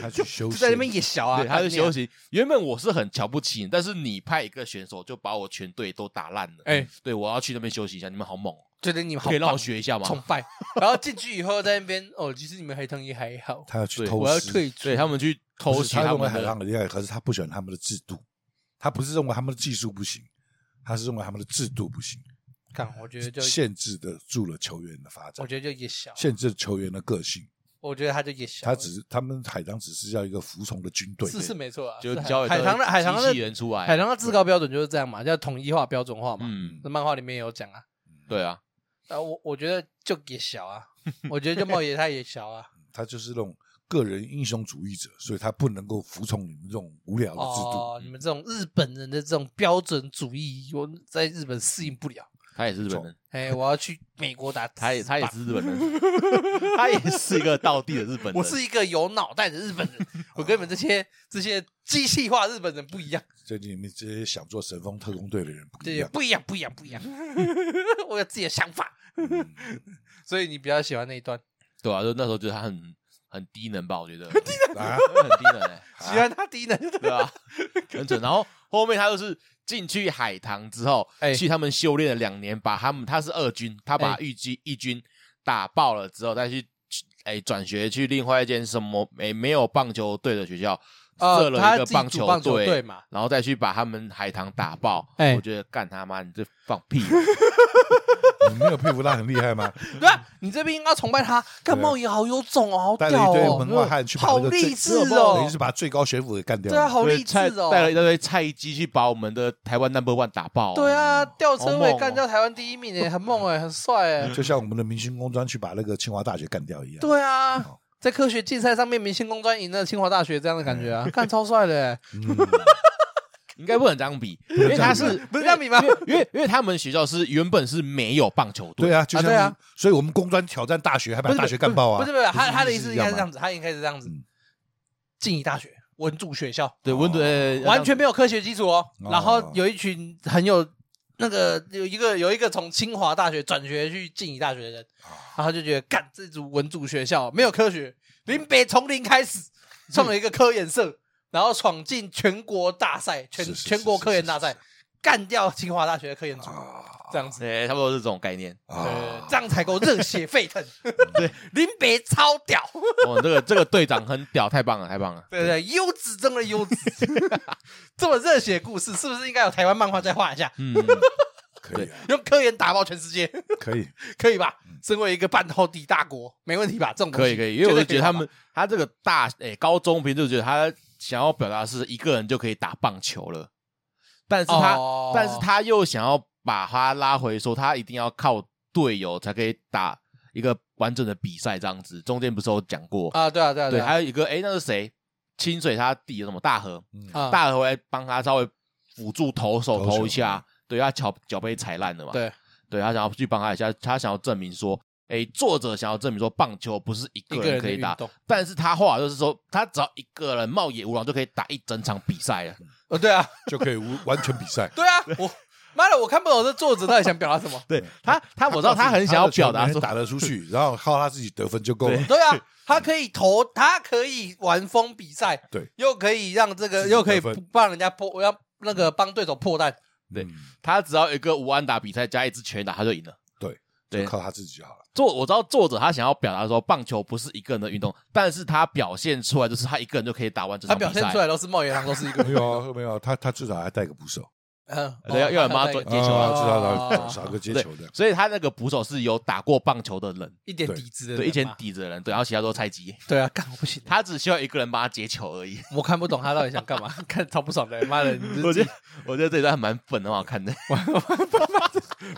他去休
就
息，
在那边也小啊，
对，他就
干你啊
休。息。原本我是很瞧不起你，但是你派一个选手就把我全队都打烂了。
哎，
对，我要去那边休息一下。你们好猛哦，
觉得你们好
可以让我
棒
学一下吗？
崇拜，然后进去以后在那边哦，其实你们黑藤也还
<laughs>
好，
<laughs> 他要去
对
偷师，
我要退出
对，他们去偷
不是
袭
他认为
们
海
的
浪，很厉害，可是他不喜欢他们的制度，他不是认为他们的技术不行，他是认为他们的制度不行，
看，我觉得就
限制的住了球员的发展
我，觉得就也小，
限制球员的个性。
我觉得他就也小，
他只是他们海棠只是要一个服从的军队，
是是没错啊，
就是
海
交给
海棠的海棠
机器
的
人出来。
海棠的至高标准就是这样嘛，叫统一化标准化嘛，
嗯，
那漫画里面也有讲啊，
对啊，
啊我我觉得就也小啊，我觉得就茂爷他也小
<laughs>
啊，
他就是那种个人英雄主义者，所以他不能够服从你们这种无聊的制度。
哦，你们这种日本人的这种标准主义，我在日本适应不了，
他也是日本人，
哎，我要去美国打，
他也他也是日本
<laughs>
人，他也是一个道地的日本人。
我是一个有脑袋的日本人，我跟你们这些这些机器化日本人不一样，
所以你们这些想做神风特工队的人不一
对， <laughs>
样，
不一样，不一样，不一样，
嗯
我有自己的想法，所以你比较喜欢那一段
对啊，就那时候觉得他很很低能吧？我觉得很低
啊，
能，很低能
<laughs>
哎、
喜欢他低能，
对啊，很准。然后后面他就是进去海棠之后，
哎
去他们修炼了两年，把他们他是二军，他把
哎
豫军一军打爆了之后，再去哎转学去另外一间什么没没有棒球队的学校，设
呃，
了
他
一个
自己组棒球队
队。
嘛，
然后再去把他们海棠打爆，
哎
我觉得干他妈你这放屁！
你没有佩服他很厉害吗？
对啊，你这边应该崇拜他，干
对啊
茂也好有种哦，好
带了
屌
一堆
哦，
门外汉去把
好
那个最
励志
等
哦
于是，把最高学府给干掉
对啊，<laughs>
了。
好
对
励志
蔡
哦，
带了一大堆菜鸡去把我们的台湾 number one 打爆、
对，啊，吊车
好
尾
猛哦
干掉台湾第一名欸诶，很猛诶，很帅欸
<laughs>
诶。
就像我们的明星工专去把那个清华大学干掉一样。
对啊，在科学竞赛上面，明星工专赢了清华大学这样的感觉啊，看超帅的欸，
嗯，
应该不能这样比，因为他是
<laughs> 不是这样比吗？啊
因为因为他们学校是原本是没有棒球队，
对啊，就像
对啊
是，所以我们工专挑战大学，还把
不是
大学干爆啊！
不是不是，他他的意思应该是这样
一样吗，
子，他应该是这样子
嗯，
静宜大学文组学校，
对温度呃
哦完全没有科学基础哦，
哦
然后有一群很有。那个有一个有一个从清华大学转学去静宜大学的人，
啊
然后就觉得干这组文组学校没有科学，林北从零开始
嗯
创了一个科研社，然后闯进全国大赛，全
是是是
全国科研大
是
赛，干掉清华大学的科研组，这样子。
哎，差不多是这种概念。
对
啊，，
这样才够热血沸
<laughs>
腾。对，林北超屌，
哦，这个这个队长很屌，太棒了，太棒
<laughs>
了。
对不对？优质中的优质， <laughs> 这么热血的故事，是不是应该有台湾漫画再画一下？
嗯，
可以啊，
用科研打爆全世界，
可以。
可以吧？身为一个半透底大国，没问题吧？这种
嗯
东
可
西
以可以，因为我就觉
绝对可以
得他
吧
们他这个大哎高中评就觉得他想要表达的是一个人就可以打棒球了，但是他
哦
但是他又想要把他拉回说他一定要靠队友才可以打一个完整的比赛这样子，中间不是有讲过
啊，对啊对啊
对，
啊
还有一个哎、诶那是谁？清水他弟什么大河，
<laughs>
嗯
啊
大河来帮他稍微辅助投手
投球
投一下，对他脚脚被踩烂了嘛，
对
对，他想要去帮他一下，他想要证明说，哎、作者想要证明说棒球不是一个
一个
人
人
可
的
以
运
打，
动，
但是他后来就是说，他只要一个人茂野无郎就可以打一整场比赛了，
哦，对啊。
就可以无完全比赛
对啊，我妈的，我看不懂这作者到底想表达什么。
对他，他我知道他很想要表达说，
打得出去，然后靠他自己得分就够了。
对啊，他可以投，他可以玩风比赛，
对，
又可以让这
自
个
己
又可以
得分
帮人家破，让那个帮对手破蛋。
对
嗯
他只要有一个无安打比赛加一支全打，他就赢了。
对，
对
就靠他自己就好了。
作我知道作者他想要表达说，棒球不是一个人的运动，但是他表现出来就是他一个人就可以打完这
他
场比赛。
表现出来都是茂野狼，都
<laughs>
是一个
没有啊，没有啊，他他至少还带个捕手，
嗯，
对要要有人帮他
做
做
啊，
接球啊
至少
哦
找找个接
对
球的，
所以他那个捕手是有打过棒球的人，
一点
对
底子的人嘛，
对，以前底子的人，对，然后其他都是菜 <laughs> 鸡，
对啊，干我不行，
他只需要一个人帮他接球而已。
我看不懂他到底想干嘛， <laughs> 看超不爽的，妈的，你
我
这
觉得我觉得这一段还蛮粉，很好看 <laughs> 的，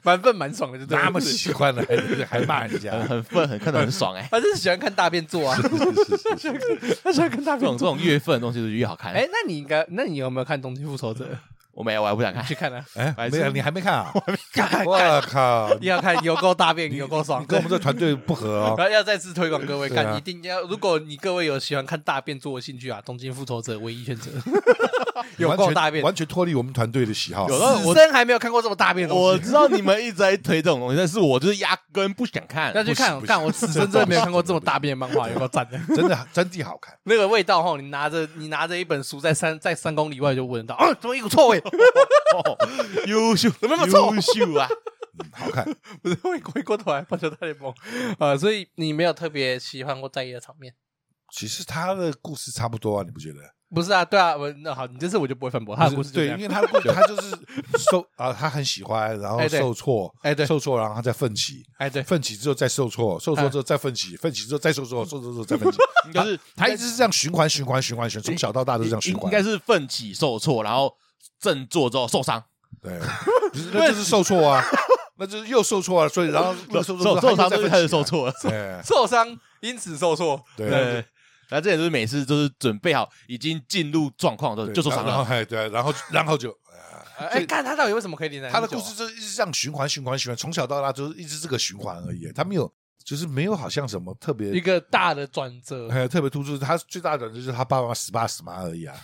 蛮笨蛮爽的，就对了
那么喜欢的还还骂人
<laughs>
家
很，很粉，很看得很爽 <laughs> 哎、
他就是喜欢看大便做啊，
是是是
他喜欢看大
这种这。种越愤的东西就越好看。哎、
哎，那你应该，那你有没有看《东京复仇者》？
我没有，我还不想看。
去看啊！
哎，
白
没
痴
有，你还没看啊？
看
我靠，你
要看有够大便，有够爽，
跟我们这团队不合哦。
然后要再次推广各位
对啊
看，一定要。如果你各位有喜欢看大便做的兴趣啊，《东京复仇者》唯一选择， <laughs> 有
完
够
全
大便。
完全脱离我们团队的喜好。
有我
此生还没有看过这么大便
<laughs> <laughs>
的
我
东西，
知道你们一直在推这种东西，但是我就是压根不想看。
要去看
不行不行
看。我此生真的没有看过这么大便的漫画，有够赞的。 <laughs>
真的真的好看，
那个味道哈，你拿着你拿着一本书在三在三公里外就闻得到，啊，怎么一股臭味？
哦优秀， <laughs> 有没
有
优
错
<laughs> 秀啊！
嗯好看。
不是回回过头来棒球大联盟 <laughs> 啊，所以你没有特别喜欢或在意的场面。
其实他的故事差不多啊，你不觉得？
不是啊，对啊，我那好，你这次我就不会反驳他的故事就这
对，
样，
因为他的故他就是受啊，他很喜欢，然后
哎对
受挫，
哎对
受挫，然后他再奋起，
哎对，
奋起之后再受
哎
挫，受挫之后再奋起，奋起之后再受挫，受挫之后再奋起，
嗯就是
他一直是这样循环循环循环循环，从小到大都是这样循
应
环。
应该是奋起受挫，然后振作之后受伤， <laughs>
对，不是那就是受挫啊， <laughs> 那就是又受挫啊，所以然后那
<laughs>
个
受
挫之后
受伤
他又
就
再
开始
奋起
受
啊。
挫了。
对
受伤因此受挫，
对
对，然后这也就是每次就是准备好，已经进入状况的时候 <laughs>
对
就受伤
然后
了。啊
哎对，然后然后就
哎，看他到底为什么可以连载那
他
么
的
久
故
啊？
事就是一直这样循环循环循环，从小到大就是一直这个循环而已，他没有就是没有好像什么特别
一个大的转折，
哎，特别突出，他最大的转折就是他爸妈死爸死妈而已
<laughs>
啊，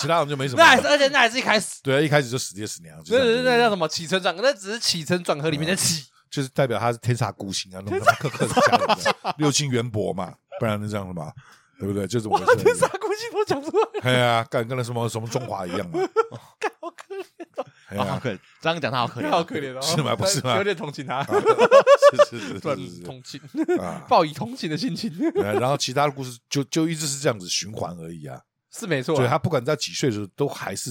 其他人就没什么
那。还是而且那还是一开始，
对啊，一开始就死爹死娘，就
那
这样
那那叫
子
什么起承转合？那只是起承转合里面的起。
就是代表他是天煞孤星啊，弄得他克克的家人啊，六亲缘薄嘛。不然能这样了吧？对不对？就这么
哇
回，事
这啥东西都讲出来，
哎呀，干跟那什么什么中华一样嘛，
好可怜哦，
哎
哦好
呀，
可怜，这样讲他好可怜，啊
好可怜哦，
是吗不是吗
有点同情他，
<laughs> 是是是
突然
是是
同情，
啊。
抱以同情的心情
哎然后其他的故事就就一直是这样子循环而已啊，
是没错
所以
啊。
他不管在几岁的时候，都还是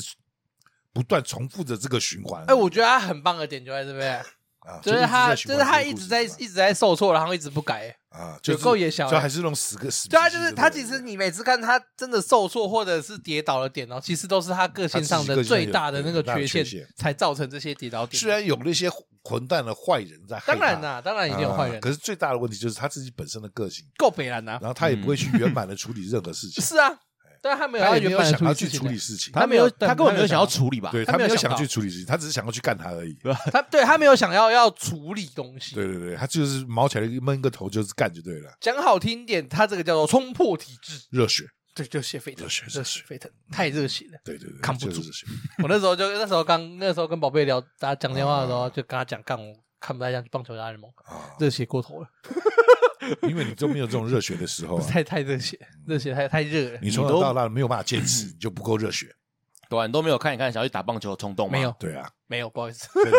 不断重复着这个循环。
哎，我觉得他很棒的点就在这边，
啊，
就是他，就是他一直在一直在受挫，然后一直不改。
啊，
有
就是
够野小
就
欸
还是那种死个死皮。
对啊，就是他，
对
其
不
实
对
你每次看他真的受挫或者是跌倒的点哦，其实都是他个性上的最大的那个缺
他自己个性上有对很大的缺陷
陷，啊才造成这些跌倒点。
虽然有那些混蛋的坏人在害他，
当然啦，当然一定有坏
啊
人，嗯
可是最大的问题就是他自己本身的个性，
够北蓝呐
然。后他也不会去圆满的处理任何事
<laughs>
情，
是啊，但他没有
他
要
也没
原
有
版
想要
的
去
事情
处
的
理事情，
他没有
他根本没有想要处理吧？
对
他
他
没
没
有
有
想
想
到
去处理事情，他只是想要去干他而已。
他对他没有想要要处理东西。
对对对，他就是毛起来闷个头就是干就对了，
讲好听点，他这个叫做冲破体制，
热血，
对，热血沸腾，
热血
热血沸腾，太热血了。
对对对，
扛不
就是
住
热血
我那时候就那时候刚那时候跟宝贝聊，大家讲电话的时候，就跟他讲，干我看不太像棒球大联盟，
啊，
热血过头了，
因为你都没有这种热血的时
<laughs>
候啊，
太太热血，热血太太热了。
你从小到大没有办法坚持，你就不够热血。
嗯
对啊，你都没有看一看想要去打棒球的冲动吗？
没有，
对啊，
没有，不好意思。
对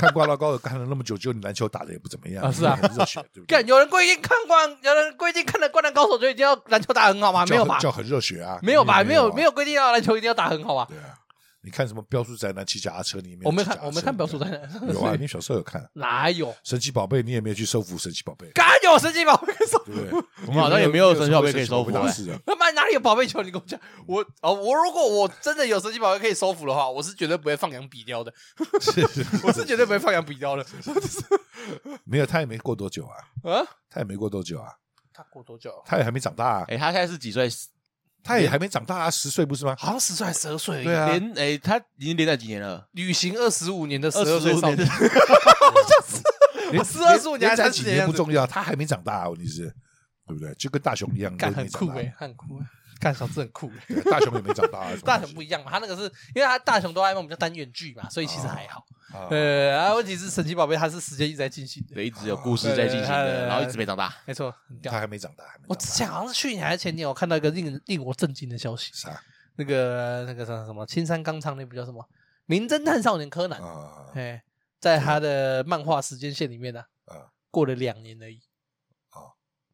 看看挂到高的看了那么久，就你篮球打的也不怎么样
啊是啊
很热血，对不对
干，？有人规定看灌，有人规定看了《灌篮高手》就一定要篮球打很好啊吗？没有吧？
叫很热血啊，
没有吧？没有，没
有啊。
有规定要篮球一定要打很好吧？
对啊，你看什么《标叔宅男》骑脚踏车，你也没有
我没
骑
看
脚，踏
我没
车
看《表叔
对
在哪》
不
<laughs>
对有啊，你小时候有看《
哪有？
神奇宝贝》，你也没有去收服神奇宝贝，
敢有神奇宝贝可以收？
对不
<laughs>
对？我
们好像也没有神奇宝贝可以收服
打
哎
死人
他妈哪里有宝贝球？你跟我讲，我哦，我如果我真的有神奇宝贝可以收服的话，我是绝对不会放羊比雕的，我是绝对不会放羊比雕的。我就是
<laughs> 没有，他也没过多久啊，
啊，
他也没过多久啊，
他过多久？
他也还没长大啊，
哎，他现在是几岁？
他也还没长大啊，十岁不是吗？
好像十岁还是十二岁而已？
对啊
连哎，他已经连载几年了？
旅行二十五年的十
二
二
十
岁
五
少
年
女 <laughs>
的，，
我十二十五年
连
还
载
三
几
十
年
年
不
不重，
重要，他还没长大啊，问题是，对不对？就跟大雄一样，
干
都
很
没长
酷
大
哎，他很酷欸，干小智很酷欸。
对大雄也没长大啊，什
<laughs>
么
大
东
雄
西
不一样嘛，他那个是因为他大雄都爱梦比较单元剧嘛，所以其实还好。
啊
呃，啊，问题是神奇宝贝它是时间一直在进行的，
对，一直有故事在进行
对对
的，
对
然后一直没长大。
没错，很屌
他。还没长大，还没
我
长
之
大
前好像是去年还是前年，我看到一个令令我震惊的消息，
啥
那个那个什么什么青山刚昌那部叫什么《名侦探少年柯南》
啊
哎，在他的漫画时间线里面呢、
啊，
过了两年而已。
啊
哦，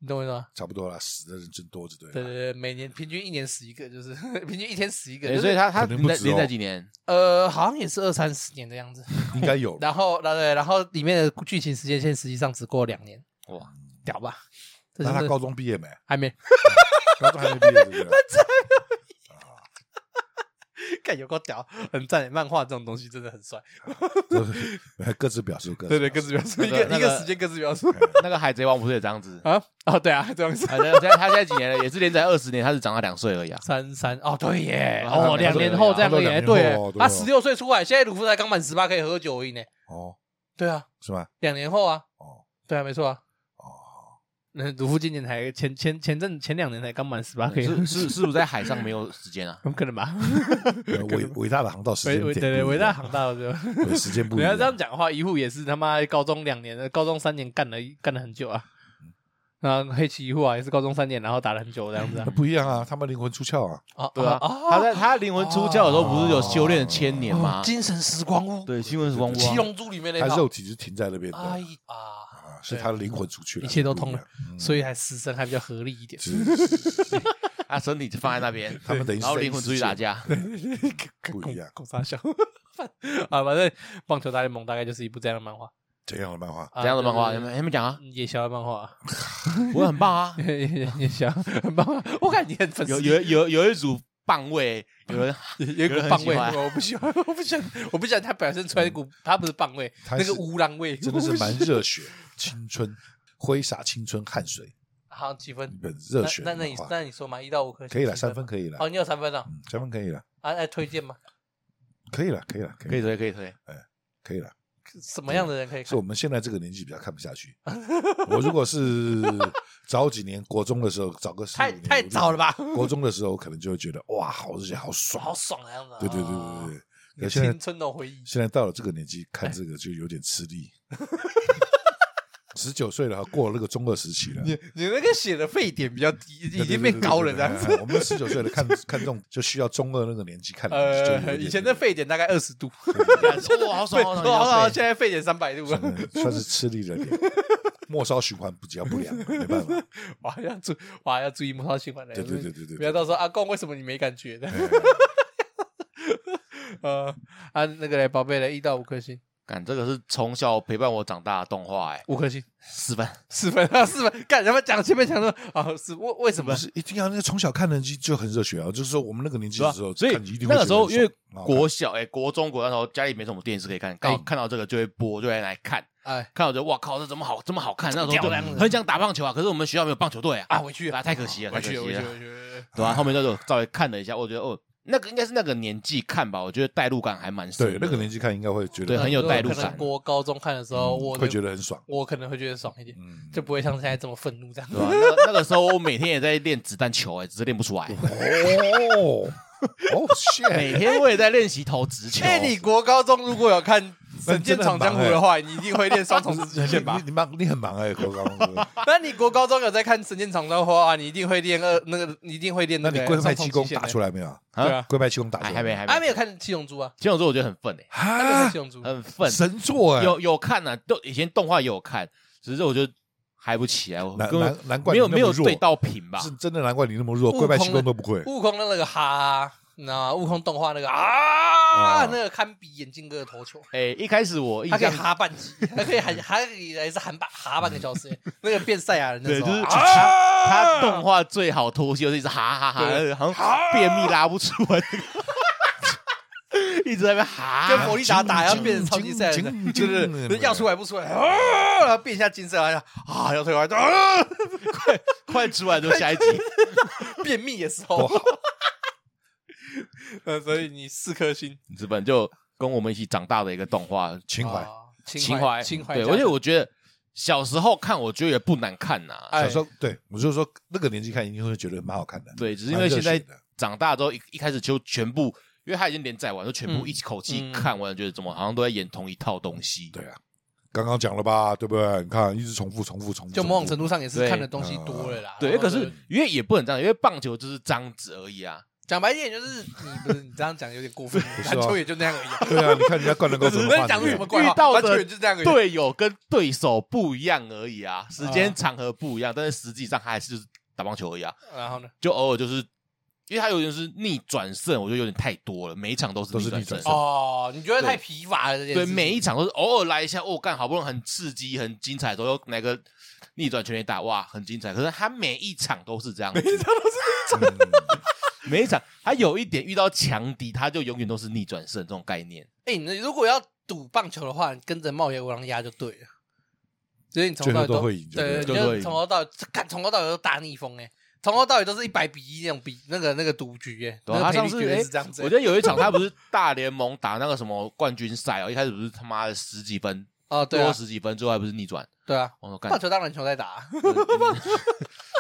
你懂我意思吗？
差不多了，死的人真多着对了
对对对，每年平均一年死一个，就是 <laughs> 平均一天死一个，
对，
就是
所以他他
可能不
连载
止哦
连载几年？
呃，好像也是二三十年的样子。
应该
<laughs>
有
然后，然后对，然后里面的剧情时间线实际上只过了两年，
哇，
屌吧？这
那
就
他
是
高中毕业没？
还没，
高中还没毕业，对不对？
看有够屌，很赞。漫画这种东西真的很帅，
就是哎各自表述各自
对对，各
表述
自
哎
那
表述一
个
个
啊那
一个
个
时间各自表述？
那个海贼王不是也这样子
啊哦，对啊，这样子
啊，那现在他现在几年了？也是连载二十年，他只长到两岁而已啊。
三三哦，对耶，
然后
哦，
两
两
年
年
后
后这样
然后
耶，
两年
对耶
后，对
他
哦
十六岁出来，现在鲁夫才刚满十八，可以喝酒而已呢。
哦，
对啊，
是吗？
两年后啊，
哦
对啊，没错啊。
哦，
<laughs> 那鲁夫今年才前前前阵前两年才刚满十八，可以喝
是是是不是在海上没有时间啊？
有 <laughs> 可能 <laughs> 吧？
呃伟伟大的航道时
伟
间
伟
点
对对
不一
伟大
样
航道对 <laughs> 吧？
对时间不
你
一
要这样
样，
讲的话，一户也是他妈高中两年的，高中三年干了干了很久啊。那黑崎一户啊，也是高中三年，然后打了很久这样子啊 <laughs>
那。不一样啊，他们灵魂出窍啊，
哦
对啊，他在他灵魂出窍的时候不是有修炼了千年吗？
哦精神时光屋，
对，新闻时光屋
七
啊
龙珠里面那
他
套
肉体是停在那边的
哎
啊，
啊，
是他的灵魂出去了，
一切都
不
通
一
了
样，，
所以还死神还比较合理一点。
是是是是
他啊身体就放在那边，
他们等于是
然后灵魂出去打架。
<laughs>
不一样
狗傻笑啊，反正棒球大联盟大概就是一部这样的漫画，
怎样的
<laughs>
漫画？
啊
怎样的漫画？
就
你
是
们你们讲啊，
嗯夜宵的漫画
<laughs>
啊，。
我很棒啊
夜夜夜宵很棒啊，我看你很粉丝
有有有有一组棒位，有人
有有一
有人
股
很
棒
喜
味，
欢
我不喜欢， <laughs> 我不喜欢，我不喜欢他表现出来一股，他不是棒味，
<laughs> 他
那
是
个乌狼味，
真的是
我不喜 <laughs>
蛮热血，青春挥洒青春汗水，
好几
一
分？
本嗯热血
那
的
那那你
漫画，
那你说嘛，一到五颗星
可以了，
几
三分可以了
吗。，哦，你有三分啊？
嗯，三分可以了，
啊，哎，推荐吗？
可以了，可以了，可
可
以
以推
了，
可以推，
可以了。
什么样的人可以
是
看
我？们现在这个年纪比较看不下去。我如
<laughs>
果是早几年国中的时候，找个
太太早了
吧？
吧，
国中的时候可能就会觉得哇，好热血，好爽，
好爽的样子啊。
对对对对对。
有哎
可现
青
在
春的回忆。 <laughs>
现在到了这个年纪，看这个就有点吃力，是十九岁了，过了那个中二时期了。
你你那个写的沸点比较低，已经变高了这样子。
子。我们十九岁了，看看中就需要中二那个年纪看的东西。就
呃，
有点
以前的沸点大概二十度，
哇，好
对，
爽，好
好
爽，
好好，
好
现在沸点三百度了。
嗯算是吃力了
<laughs>
点，末梢循环比较不良，没办法。
哇，要注，哇，要注意摩擦循环的。
对对对对对
不要到时候阿公为什么你没感觉的？呃，啊，那个嘞，宝贝嘞，一到五颗星，
干，这个是从小陪伴我长大的动画，哎，
五颗星，
四分。
四分啊，四分，干什么讲前面讲的啊？是为为什么
不？是一定要那个从小看的就就很热血啊，就是说我们那个年纪
是吧
的时候，？
所以
看一定会
那个时候
觉
因
得
为
很爽
国小哎、国中国那时候家里没什么电视可以看，刚好
哎
看到这个就会播，就会来看。
哎
看到就哇靠，这怎么好这么好看？那时候
屌
就
这样子
很想打棒球啊，可是我们学校没有棒球队啊，
哎
啊，回去
啊
了，
太可惜了，
回
太可惜
去了，回去了，
了，
回去了。
对吧、后面就有稍微看了一下，我觉得哦，那个应该是那个年纪看吧，我觉得代入感还蛮深的。
对那个年纪看应该会觉得
对很有代入
可
感
能国高中看的时候，我
会觉得很爽。
我可能会觉得爽一点，
嗯，
就不会像现在这么愤怒这
<laughs>
样。
对吧、那个那个时候我每天也在练子弹球、哎，只是练不出来。
哦哦
每
，shit，
天我也在练习投直球。
哎，你国高中如果有看
<laughs>
《神
神
剑
剑
闯
闯
江
江
湖
湖》
的
的
话，你一定会练双重
你
极限
<laughs>
吧
你？你忙，你很忙哎，国高中。
那你国高中有在看《神剑闯江湖》啊？你一定会练二那个，你一定会练
那
个
你龟派气
双
功
重极限
打
的
出来没有？
啊
对啊，
龟派气功打出来
还还没还没
还没有。看《七龙珠》啊？
金勇说我觉得很愤哎、
还没有看
啊
《七，龙珠》
很愤。
神作哎，
有有看呐、啊，都以前动画也有看，只是我觉得嗨不起来，我
难
根本
难难怪
没
你
有
那么
没有
弱
对到频吧？
是真的难怪你那么弱，
悟
龟派气
空
功都不会。
悟空的那个哈，你知道吗？悟空动画那个啊，
啊
那个堪比眼镜哥的头球，
哎、一开始我印
他可以
象
哈半集，他可以喊，还可以也是喊半哈半个小时。欸那个变赛亚人的
对，
时
就
候
是
啊，
他他动画最好脱戏，就是一直哈哈哈，
对
好像便秘拉不出来，一直在那边哈，
跟佛利达打，要变成超级赛亚
金
人，
金
就
金
是
金
就是要出来不出来啊，然后变一下金色，然后啊要退回来，啊
快出来就下一集。
<laughs> 便秘的时候。呃，所以你四颗星，
日本就跟我们一起长大的一个动画，
情怀，
啊
情
情
怀
情怀
对，
价值，
而且我觉得小时候看，我觉得也不难看呐、
哎
小时候对我就说那个年纪看一定会觉得蛮好看的。
对，只是因
蛮
为
热
现在
血的
长大之后，一一开始就全部，因为他已经连载完，就全部
嗯
一口气
嗯
看完，觉得怎么好像都在演同一套东西。
对啊，刚刚讲了吧，对不对？你看一直重复、重复、重复，
就某种程
度
度上也是
对
看的东西多了啦。
对，
然后
可是因为也不能这样，因为棒球就是这样子而已啊。
讲白一点，就是你不是你这样讲有点过分，
是啊
篮球也就那样
<laughs>
而已啊。
对啊，你看人家灌篮高手
只
怎么
<laughs> 能
办
讲出
的
什么怪话，
遇到的
篮球也就这样而已。
队友跟对手不一样而已啊，时
啊
间场合不一样，但是实际上他还是就是打棒球而已啊，
然后呢？
就偶尔就是，因为他有点是逆转胜，我觉得有点太多了，每一场都是
都是
转
逆转
胜
胜
哦，你觉得太疲乏了这件
对，
事情。
每一场都是偶尔来一下，哦，干，好不容易很刺激、很精彩的时候，又哪个逆转全垒打，哇，很精彩。可是他每一场都是这样子，每一场
<laughs>
嗯
都是每一场，他有一点遇到强敌，他就永远都是逆转胜这种概念。
哎，你如果要赌棒球的话，你跟着茂野五郎压就对了。所以你从头到尾
最后都会赢就对
对，
了
你就
最后都会
是
赢
从头到尾，干从头到尾都大逆风哎，从头到尾都是一百比一那种比那个那个赌局哎，
对啊
那
他
个
上
赔率
次
绝对
哎
是这样子
我
欸。
觉得有一场他不是大联盟打那个什么冠军赛哦，一开始不是他妈的十几分，
哦，对
多
啊，
十几分，最后还不是逆转。
对啊，
我说干
棒，球当篮球在打啊，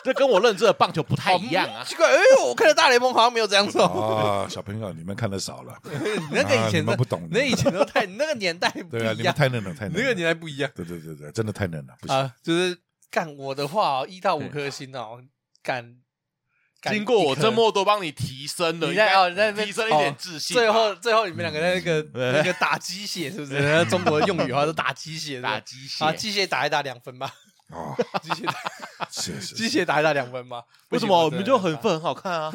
这跟我认知的棒球不太一样啊哦
哦。奇怪，哎，我看到大联盟好像没有这样做。
啊，小朋友，你们看的少了，
你 <laughs> 那个以
啊
前
你
的
们不懂
那以前都太，你那个年代不
对啊，
一
你们
样，
太嫩了，太嫩了，
那个年代不一样
对对对对，真的太嫩了，不行。
啊。就是干我的话哦，一到五颗星哦，干干
经过我
一颗
这么多帮你提升了，
你
应
在哦
该
你在那边
提升一点
哦
自信吧。嗯
最后最后你们两个那个
对
那个打鸡血是不是？那中国用语好像是打鸡血，
打
鸡
鸡
啊，
血，
鸡血打一打两分吧，
啊，
鸡血打
是是
<laughs> 鸡
是
血打一打两分吧。
为什么我们就很？愤，很好看啊？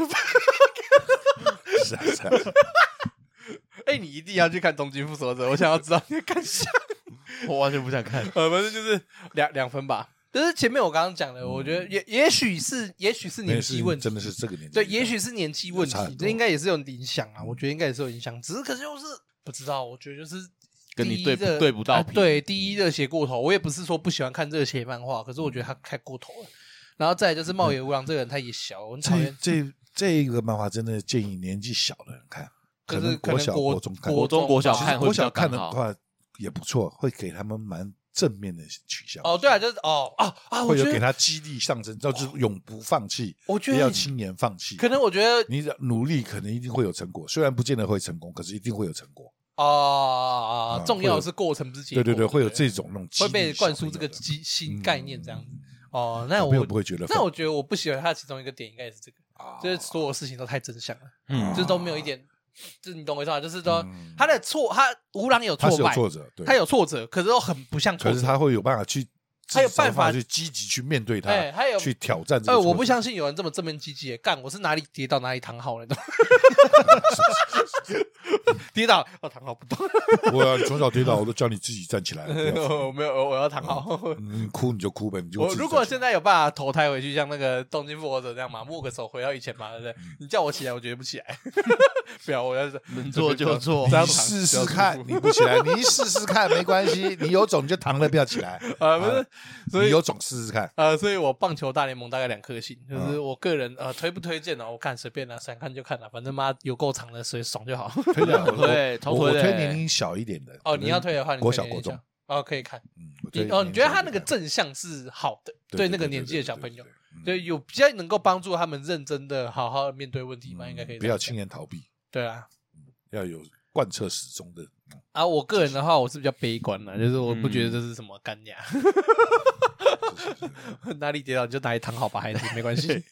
是啊是啊，
哎，你一定要去看《东京复仇者》，我想要知道你的感想。
<laughs> 我完全不想看。
呃，反正就是两两分吧。就是前面我刚刚讲的，我觉得也也许是，也许是
那
年
是
纪问题
真，的是这个年纪，
对，也许是年纪问
差很
题，
多
这应该也是有影响啊。我觉得应该也是有影响，只是可是就是不知道，我觉得就是
跟你
第一
对不
热
对不到嗯
啊
频
对，第一热血过头，我也不是说不喜欢看热血漫画，可是我觉得他太过头了。然后再来就是
嗯
茂野无郎这个人，他也小，我很讨
这
厌。
这这个漫画真的建议年纪小的人看，
可是
能
可能
国小、
国
国中看，
国中
国中
吧
国小看会
国
比较
小看的
刚好
话也不错，会给他们蛮正面的取向。
哦，对啊，就是哦啊啊，我
会有
觉
给
得
他激励上升，就是永不放弃，
我
不
觉
要
得
轻言放弃。
可能我觉得
嗯你努力可能一定会有成果，虽然不见得会成功，可是一定会有成果。
啊，
啊
重要的是过程，不是结
对
果。
对对，会有这种那种
会被灌输
激
这个
励小朋友的啊嗯
基新概念这样子。哦，那
小
我
朋友不会啊觉得
那我觉得我不喜欢他的其中一个点应该也是这个，就是所有事情都太真相了，
<laughs> 嗯
就是都没有一点，就是你懂我意思吗？就是说
嗯
他的错，他吴郎有
他
挫
是有
败，
挫折，对，
他有挫折，可是都很不像挫
可是
折。
他会有办法去，
他有办法
至少去积极去面对他，
哎还有
去挑战这
哎，
个挫折。
我不相信有人这么正面积极耶，干我是哪里跌倒哪里躺好了，
<laughs>
你懂吗跌倒哦躺好不动，
<laughs> 我要你从小跌倒，我都教你自己站起来，不
<laughs>
要
我没有我我要躺好。 <laughs>
嗯，哭你就哭呗，你就
我
自己
如果
站起来
现在有办法投胎回去，像那个东京复活者这样嘛，摸个手回到以前嘛，对不对？
嗯
你叫我起来，我绝对不起
<laughs>
来。不要，我要是
能做就做
这样躺
你试试看，你不起来，你试试看没关系，你有种你就躺了，不要起来。
<laughs> 啊，不是，所
你
以
有种试试看。
<laughs> 呃，所以我棒球大联盟大概两颗星，就是
嗯
我个人呃推不推荐呢？我看随便啦，想看就看啦，反正妈有够长的，所以爽就好。
推荐我
对
我
超
我
推的
推年龄小一点的。
<laughs> 哦，你要推的话，你
国
推
小
荐一
国中
下，哦，可以看。
嗯，我推
你哦，你觉得他那个
正
正向是好的，
对
对那个
对
年
对
纪的
对
小
对
朋友
对，嗯
对有比较能够帮助他们认真的好好地面对问题嘛，应该可以这
不
样
要
讲。
轻言逃避，
对啊，
要有贯彻始
<laughs>
终的。嗯
啊，我个人的话，我是比较悲观的，就是我不觉得这是什么干
<laughs>
牙， <laughs> 哪里跌倒你就哪里躺好吧，孩子，没关
<laughs>
系，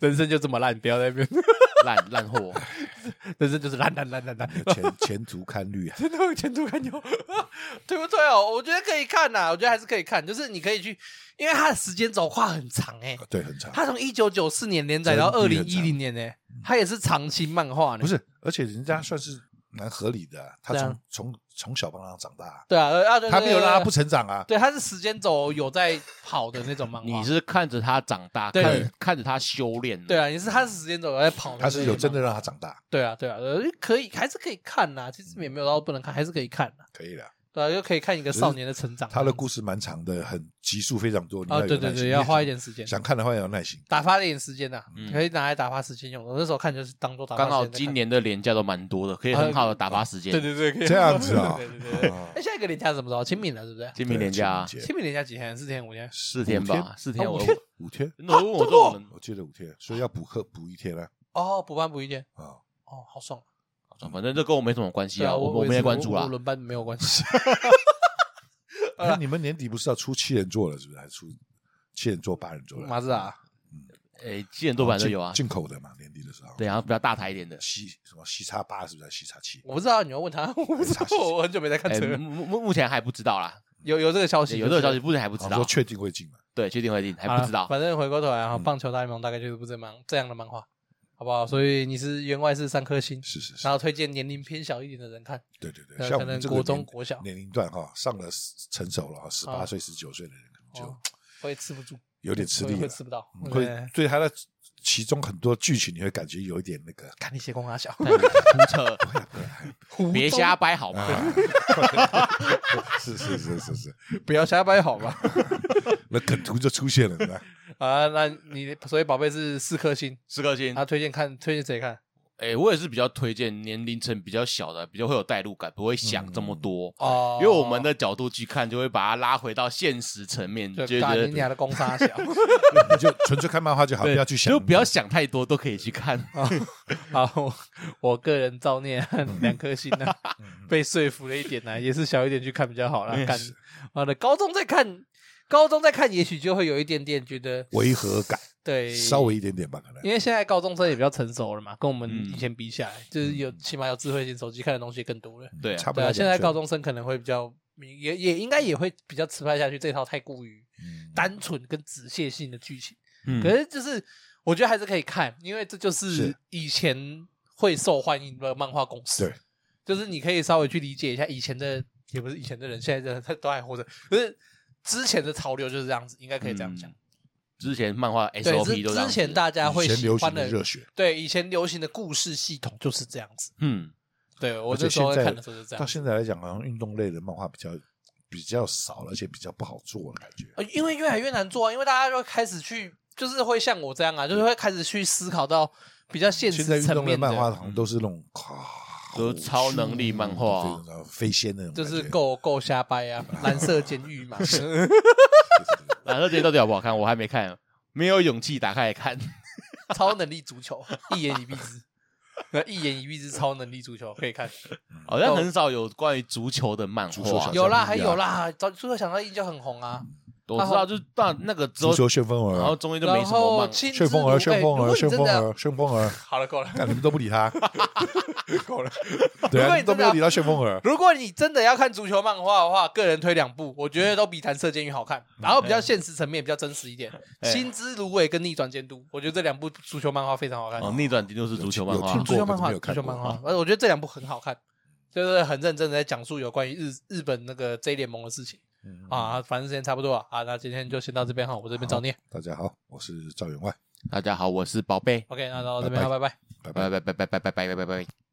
人生就这么烂，不要在那边，
烂烂货，
人生就是烂烂烂烂烂，
前前途堪虑啊！
真的有前途堪忧， <laughs> 对不对哦？我觉得可以看呐、我觉得还是可以看，就是你可以去，因为它的时间轴跨很长哎、
对，很长。
它从一九九四年连载到二
真的
零
很
一
长
零年呢、它也是长期漫画呢，
不？是，而且人家算是蛮合理的啊，他
对啊
从从从小帮他长大啊，
对啊，呃啊对
他没有让他不
对
成长啊。
对，它是时间轴有在跑的那种漫画，
你是看着他长大，
对
看看着他修炼，
对啊，你是他是时间轴有在跑的那
他
个漫画，
是有真的让他长大，
对啊，对啊，呃，可以，还是可以看呐、其实也没有到不能看，还是可以看呐、
可以的。
对啊，又可以看一个少年的成长。
他的故事蛮长的，很集数非常多，你
啊，
有
对对
耐心
对，要花一点时间，
想看的话要有
<laughs>
耐心。
打发一点时间呐、啊
嗯
可以拿来打发时间用。我那时候看就是当做打发时
刚
间
好
在看。
今年的年假都蛮多的，可以很好的打发时间。
对对对，可以
这样子啊
<laughs> 对对对对。哎，下一个年假是什么时候？清明了，对不对？
今明年假
对清
清明年假几天？四天五天？
四天吧，四天
哦
我
五天
明节五天，
<laughs> 那我问我这种人，
我记得五天，所以要补课补一天啊。
哦，补班补一天。 <laughs>
啊，
哦，好爽。
反正这跟我没什么关系
对啊，
啊，我
我
我们也关注
我
啦
我。轮班没有关系。
那哎你们年底不是要出七人座了，是不是？还出七人座、八人座了？
马自
啊
达
诶，七点多版都
哦
有啊，
进进口的嘛，年底的时候。
对，然后比较大台一点
<laughs>
的。
西什么西叉八是不是？西叉七？
<laughs> 我不知道，你要问他，我不知道，我很久没在看
诶，
车了。
哎目目目前还不知道啦，
有有这个消息，
嗯有这个消
息。
息，目前还不知
好像
道
说。啊确定会进嘛？
对，确定会定还
好
不
了
知道。嗯
反正回过头来哈，棒球大联盟大概就是部这漫这样的漫画，好不好？所以你是员外是三颗星，
是是是
然，后推荐年龄偏小一点的人看，
对对对，
呃可
像我们
能
这个
国中
年
国小啊
年龄段哈，上了成熟了哈，十八岁、十九岁的人可能就
哦会吃不住，
有点吃
会
力
啊
会
了，
吃不到，
嗯
会
会对他的其中很多剧情你会感觉有一点那个
看你写功啊小，
看你胡 <laughs>
<laughs>
扯，
胡
别
诌
瞎，掰好吗？
啊，是是是是是，
<laughs> 不要瞎掰
<laughs>
好吧？
那梗图就出现了，是吧
啊，那你所以宝贝是四颗星，
四颗星
他。推荐看推荐谁看？
诶，我也是比较推荐年龄层比较小的，比较会有代入感，不会想这么
嗯
多。
哦
因为我们的角度去看，就会把它拉回到现实层面，就觉
就打
得
你俩的公
<laughs>
差小，
你就纯粹看漫画就好，不
对
要去想，嗯
就不要想太多，都可以去看。
<laughs> 啊
好，我我个人造孽
嗯
两颗星呢、啊， <laughs> 被说服了一点呢、啊也是小一点去看比较好啦。看，妈的，高中再看，高中再看，也许就会有一点点觉得
违和感，
对，
稍，微一点点吧，可能
因为现在高中生也比较成熟了嘛，跟我们
嗯
以前比起来，就是有起码有智慧型手机看的东西更多了。
对啊
嗯差不
对
多
啊，
两
现
圈。
在高中生可能会比较。也也应该也会比较吃拍下去，这套太过于
嗯
单纯跟直线性的剧情。
嗯
可是就是我觉得还是可以看，因为这就是
是
以前会受欢迎的漫画公司。
对，
就是你可以稍微去理解一下以前的，也不是以前的人，现在的人他都还活着，可是之前的潮流就是这样子，应该可以这样
嗯
讲。
之前漫画
对，
SOP
之
都这样
之
子
前大家会
以前
喜
流
欢
行的热血，
对以前流行的故事系统就是这样子。
嗯，
对我
而
那
且
时候
现
在
在
看的时候就是这
到
样。
现在来讲，好像运动类的漫画比较比较少了，而且比较不好做的感觉。
呃因为越来越难做啊，因为大家就开始去，就是会像我这样啊，就是会开始去思考到比较现实
现在运
层
动类
面
漫
的
画好像都是那种啊
都是超能力漫画
对那种飞仙那种
就
感觉，
是够够瞎掰啊，蓝色监狱嘛， <laughs>
蓝色间到底好不好看？我还
嗯
没看，没有勇气打开来看。
超能力足球，一言以蔽之。那一言一喻之超能力足球可以看，
好像很少有关于足球的漫
足球小
画
将。
有啦，
不
还
一样
有啦，早足球想到一就很红啊，
我知道，就是到那个之
足
后，
球旋风
然后
儿，
中间就没
然
什么
后
漫。
青
旋
之
风儿，
奴
旋风
哎如
儿，
果你
旋
真
风
的
儿，旋风儿，
好了，够
<laughs>
<laughs> 了。
看你们都不理
<laughs>
他，
够了。
对
如果
啊，
你
都
真
没
的要
有理到旋风儿。
如果你真的要看足球漫画的话，个人推两部，我觉得都比《弹射监狱》好看，然后比较现实层面比较真实一点，《
嗯哎
心之芦苇》跟《逆转监督》，我觉得这两部足球漫画非常好看。
哦，逆转金就是足球漫
有
画啊
听，
足球漫
过
画，
啊可是没有
足
看
球
过啊
漫画，呃而我觉得这两部很好看，就是很认真的在讲述有关于日日本那个 J 联盟的事情啊。反正时间差不多了啊，那今天就先到这边哈，我这边找你。
大家嗯好，我是赵员外，
大家好，我是宝贝，
OK，那到这边，
拜
好，拜拜。
拜
拜。
拜
拜拜拜拜拜拜拜拜拜。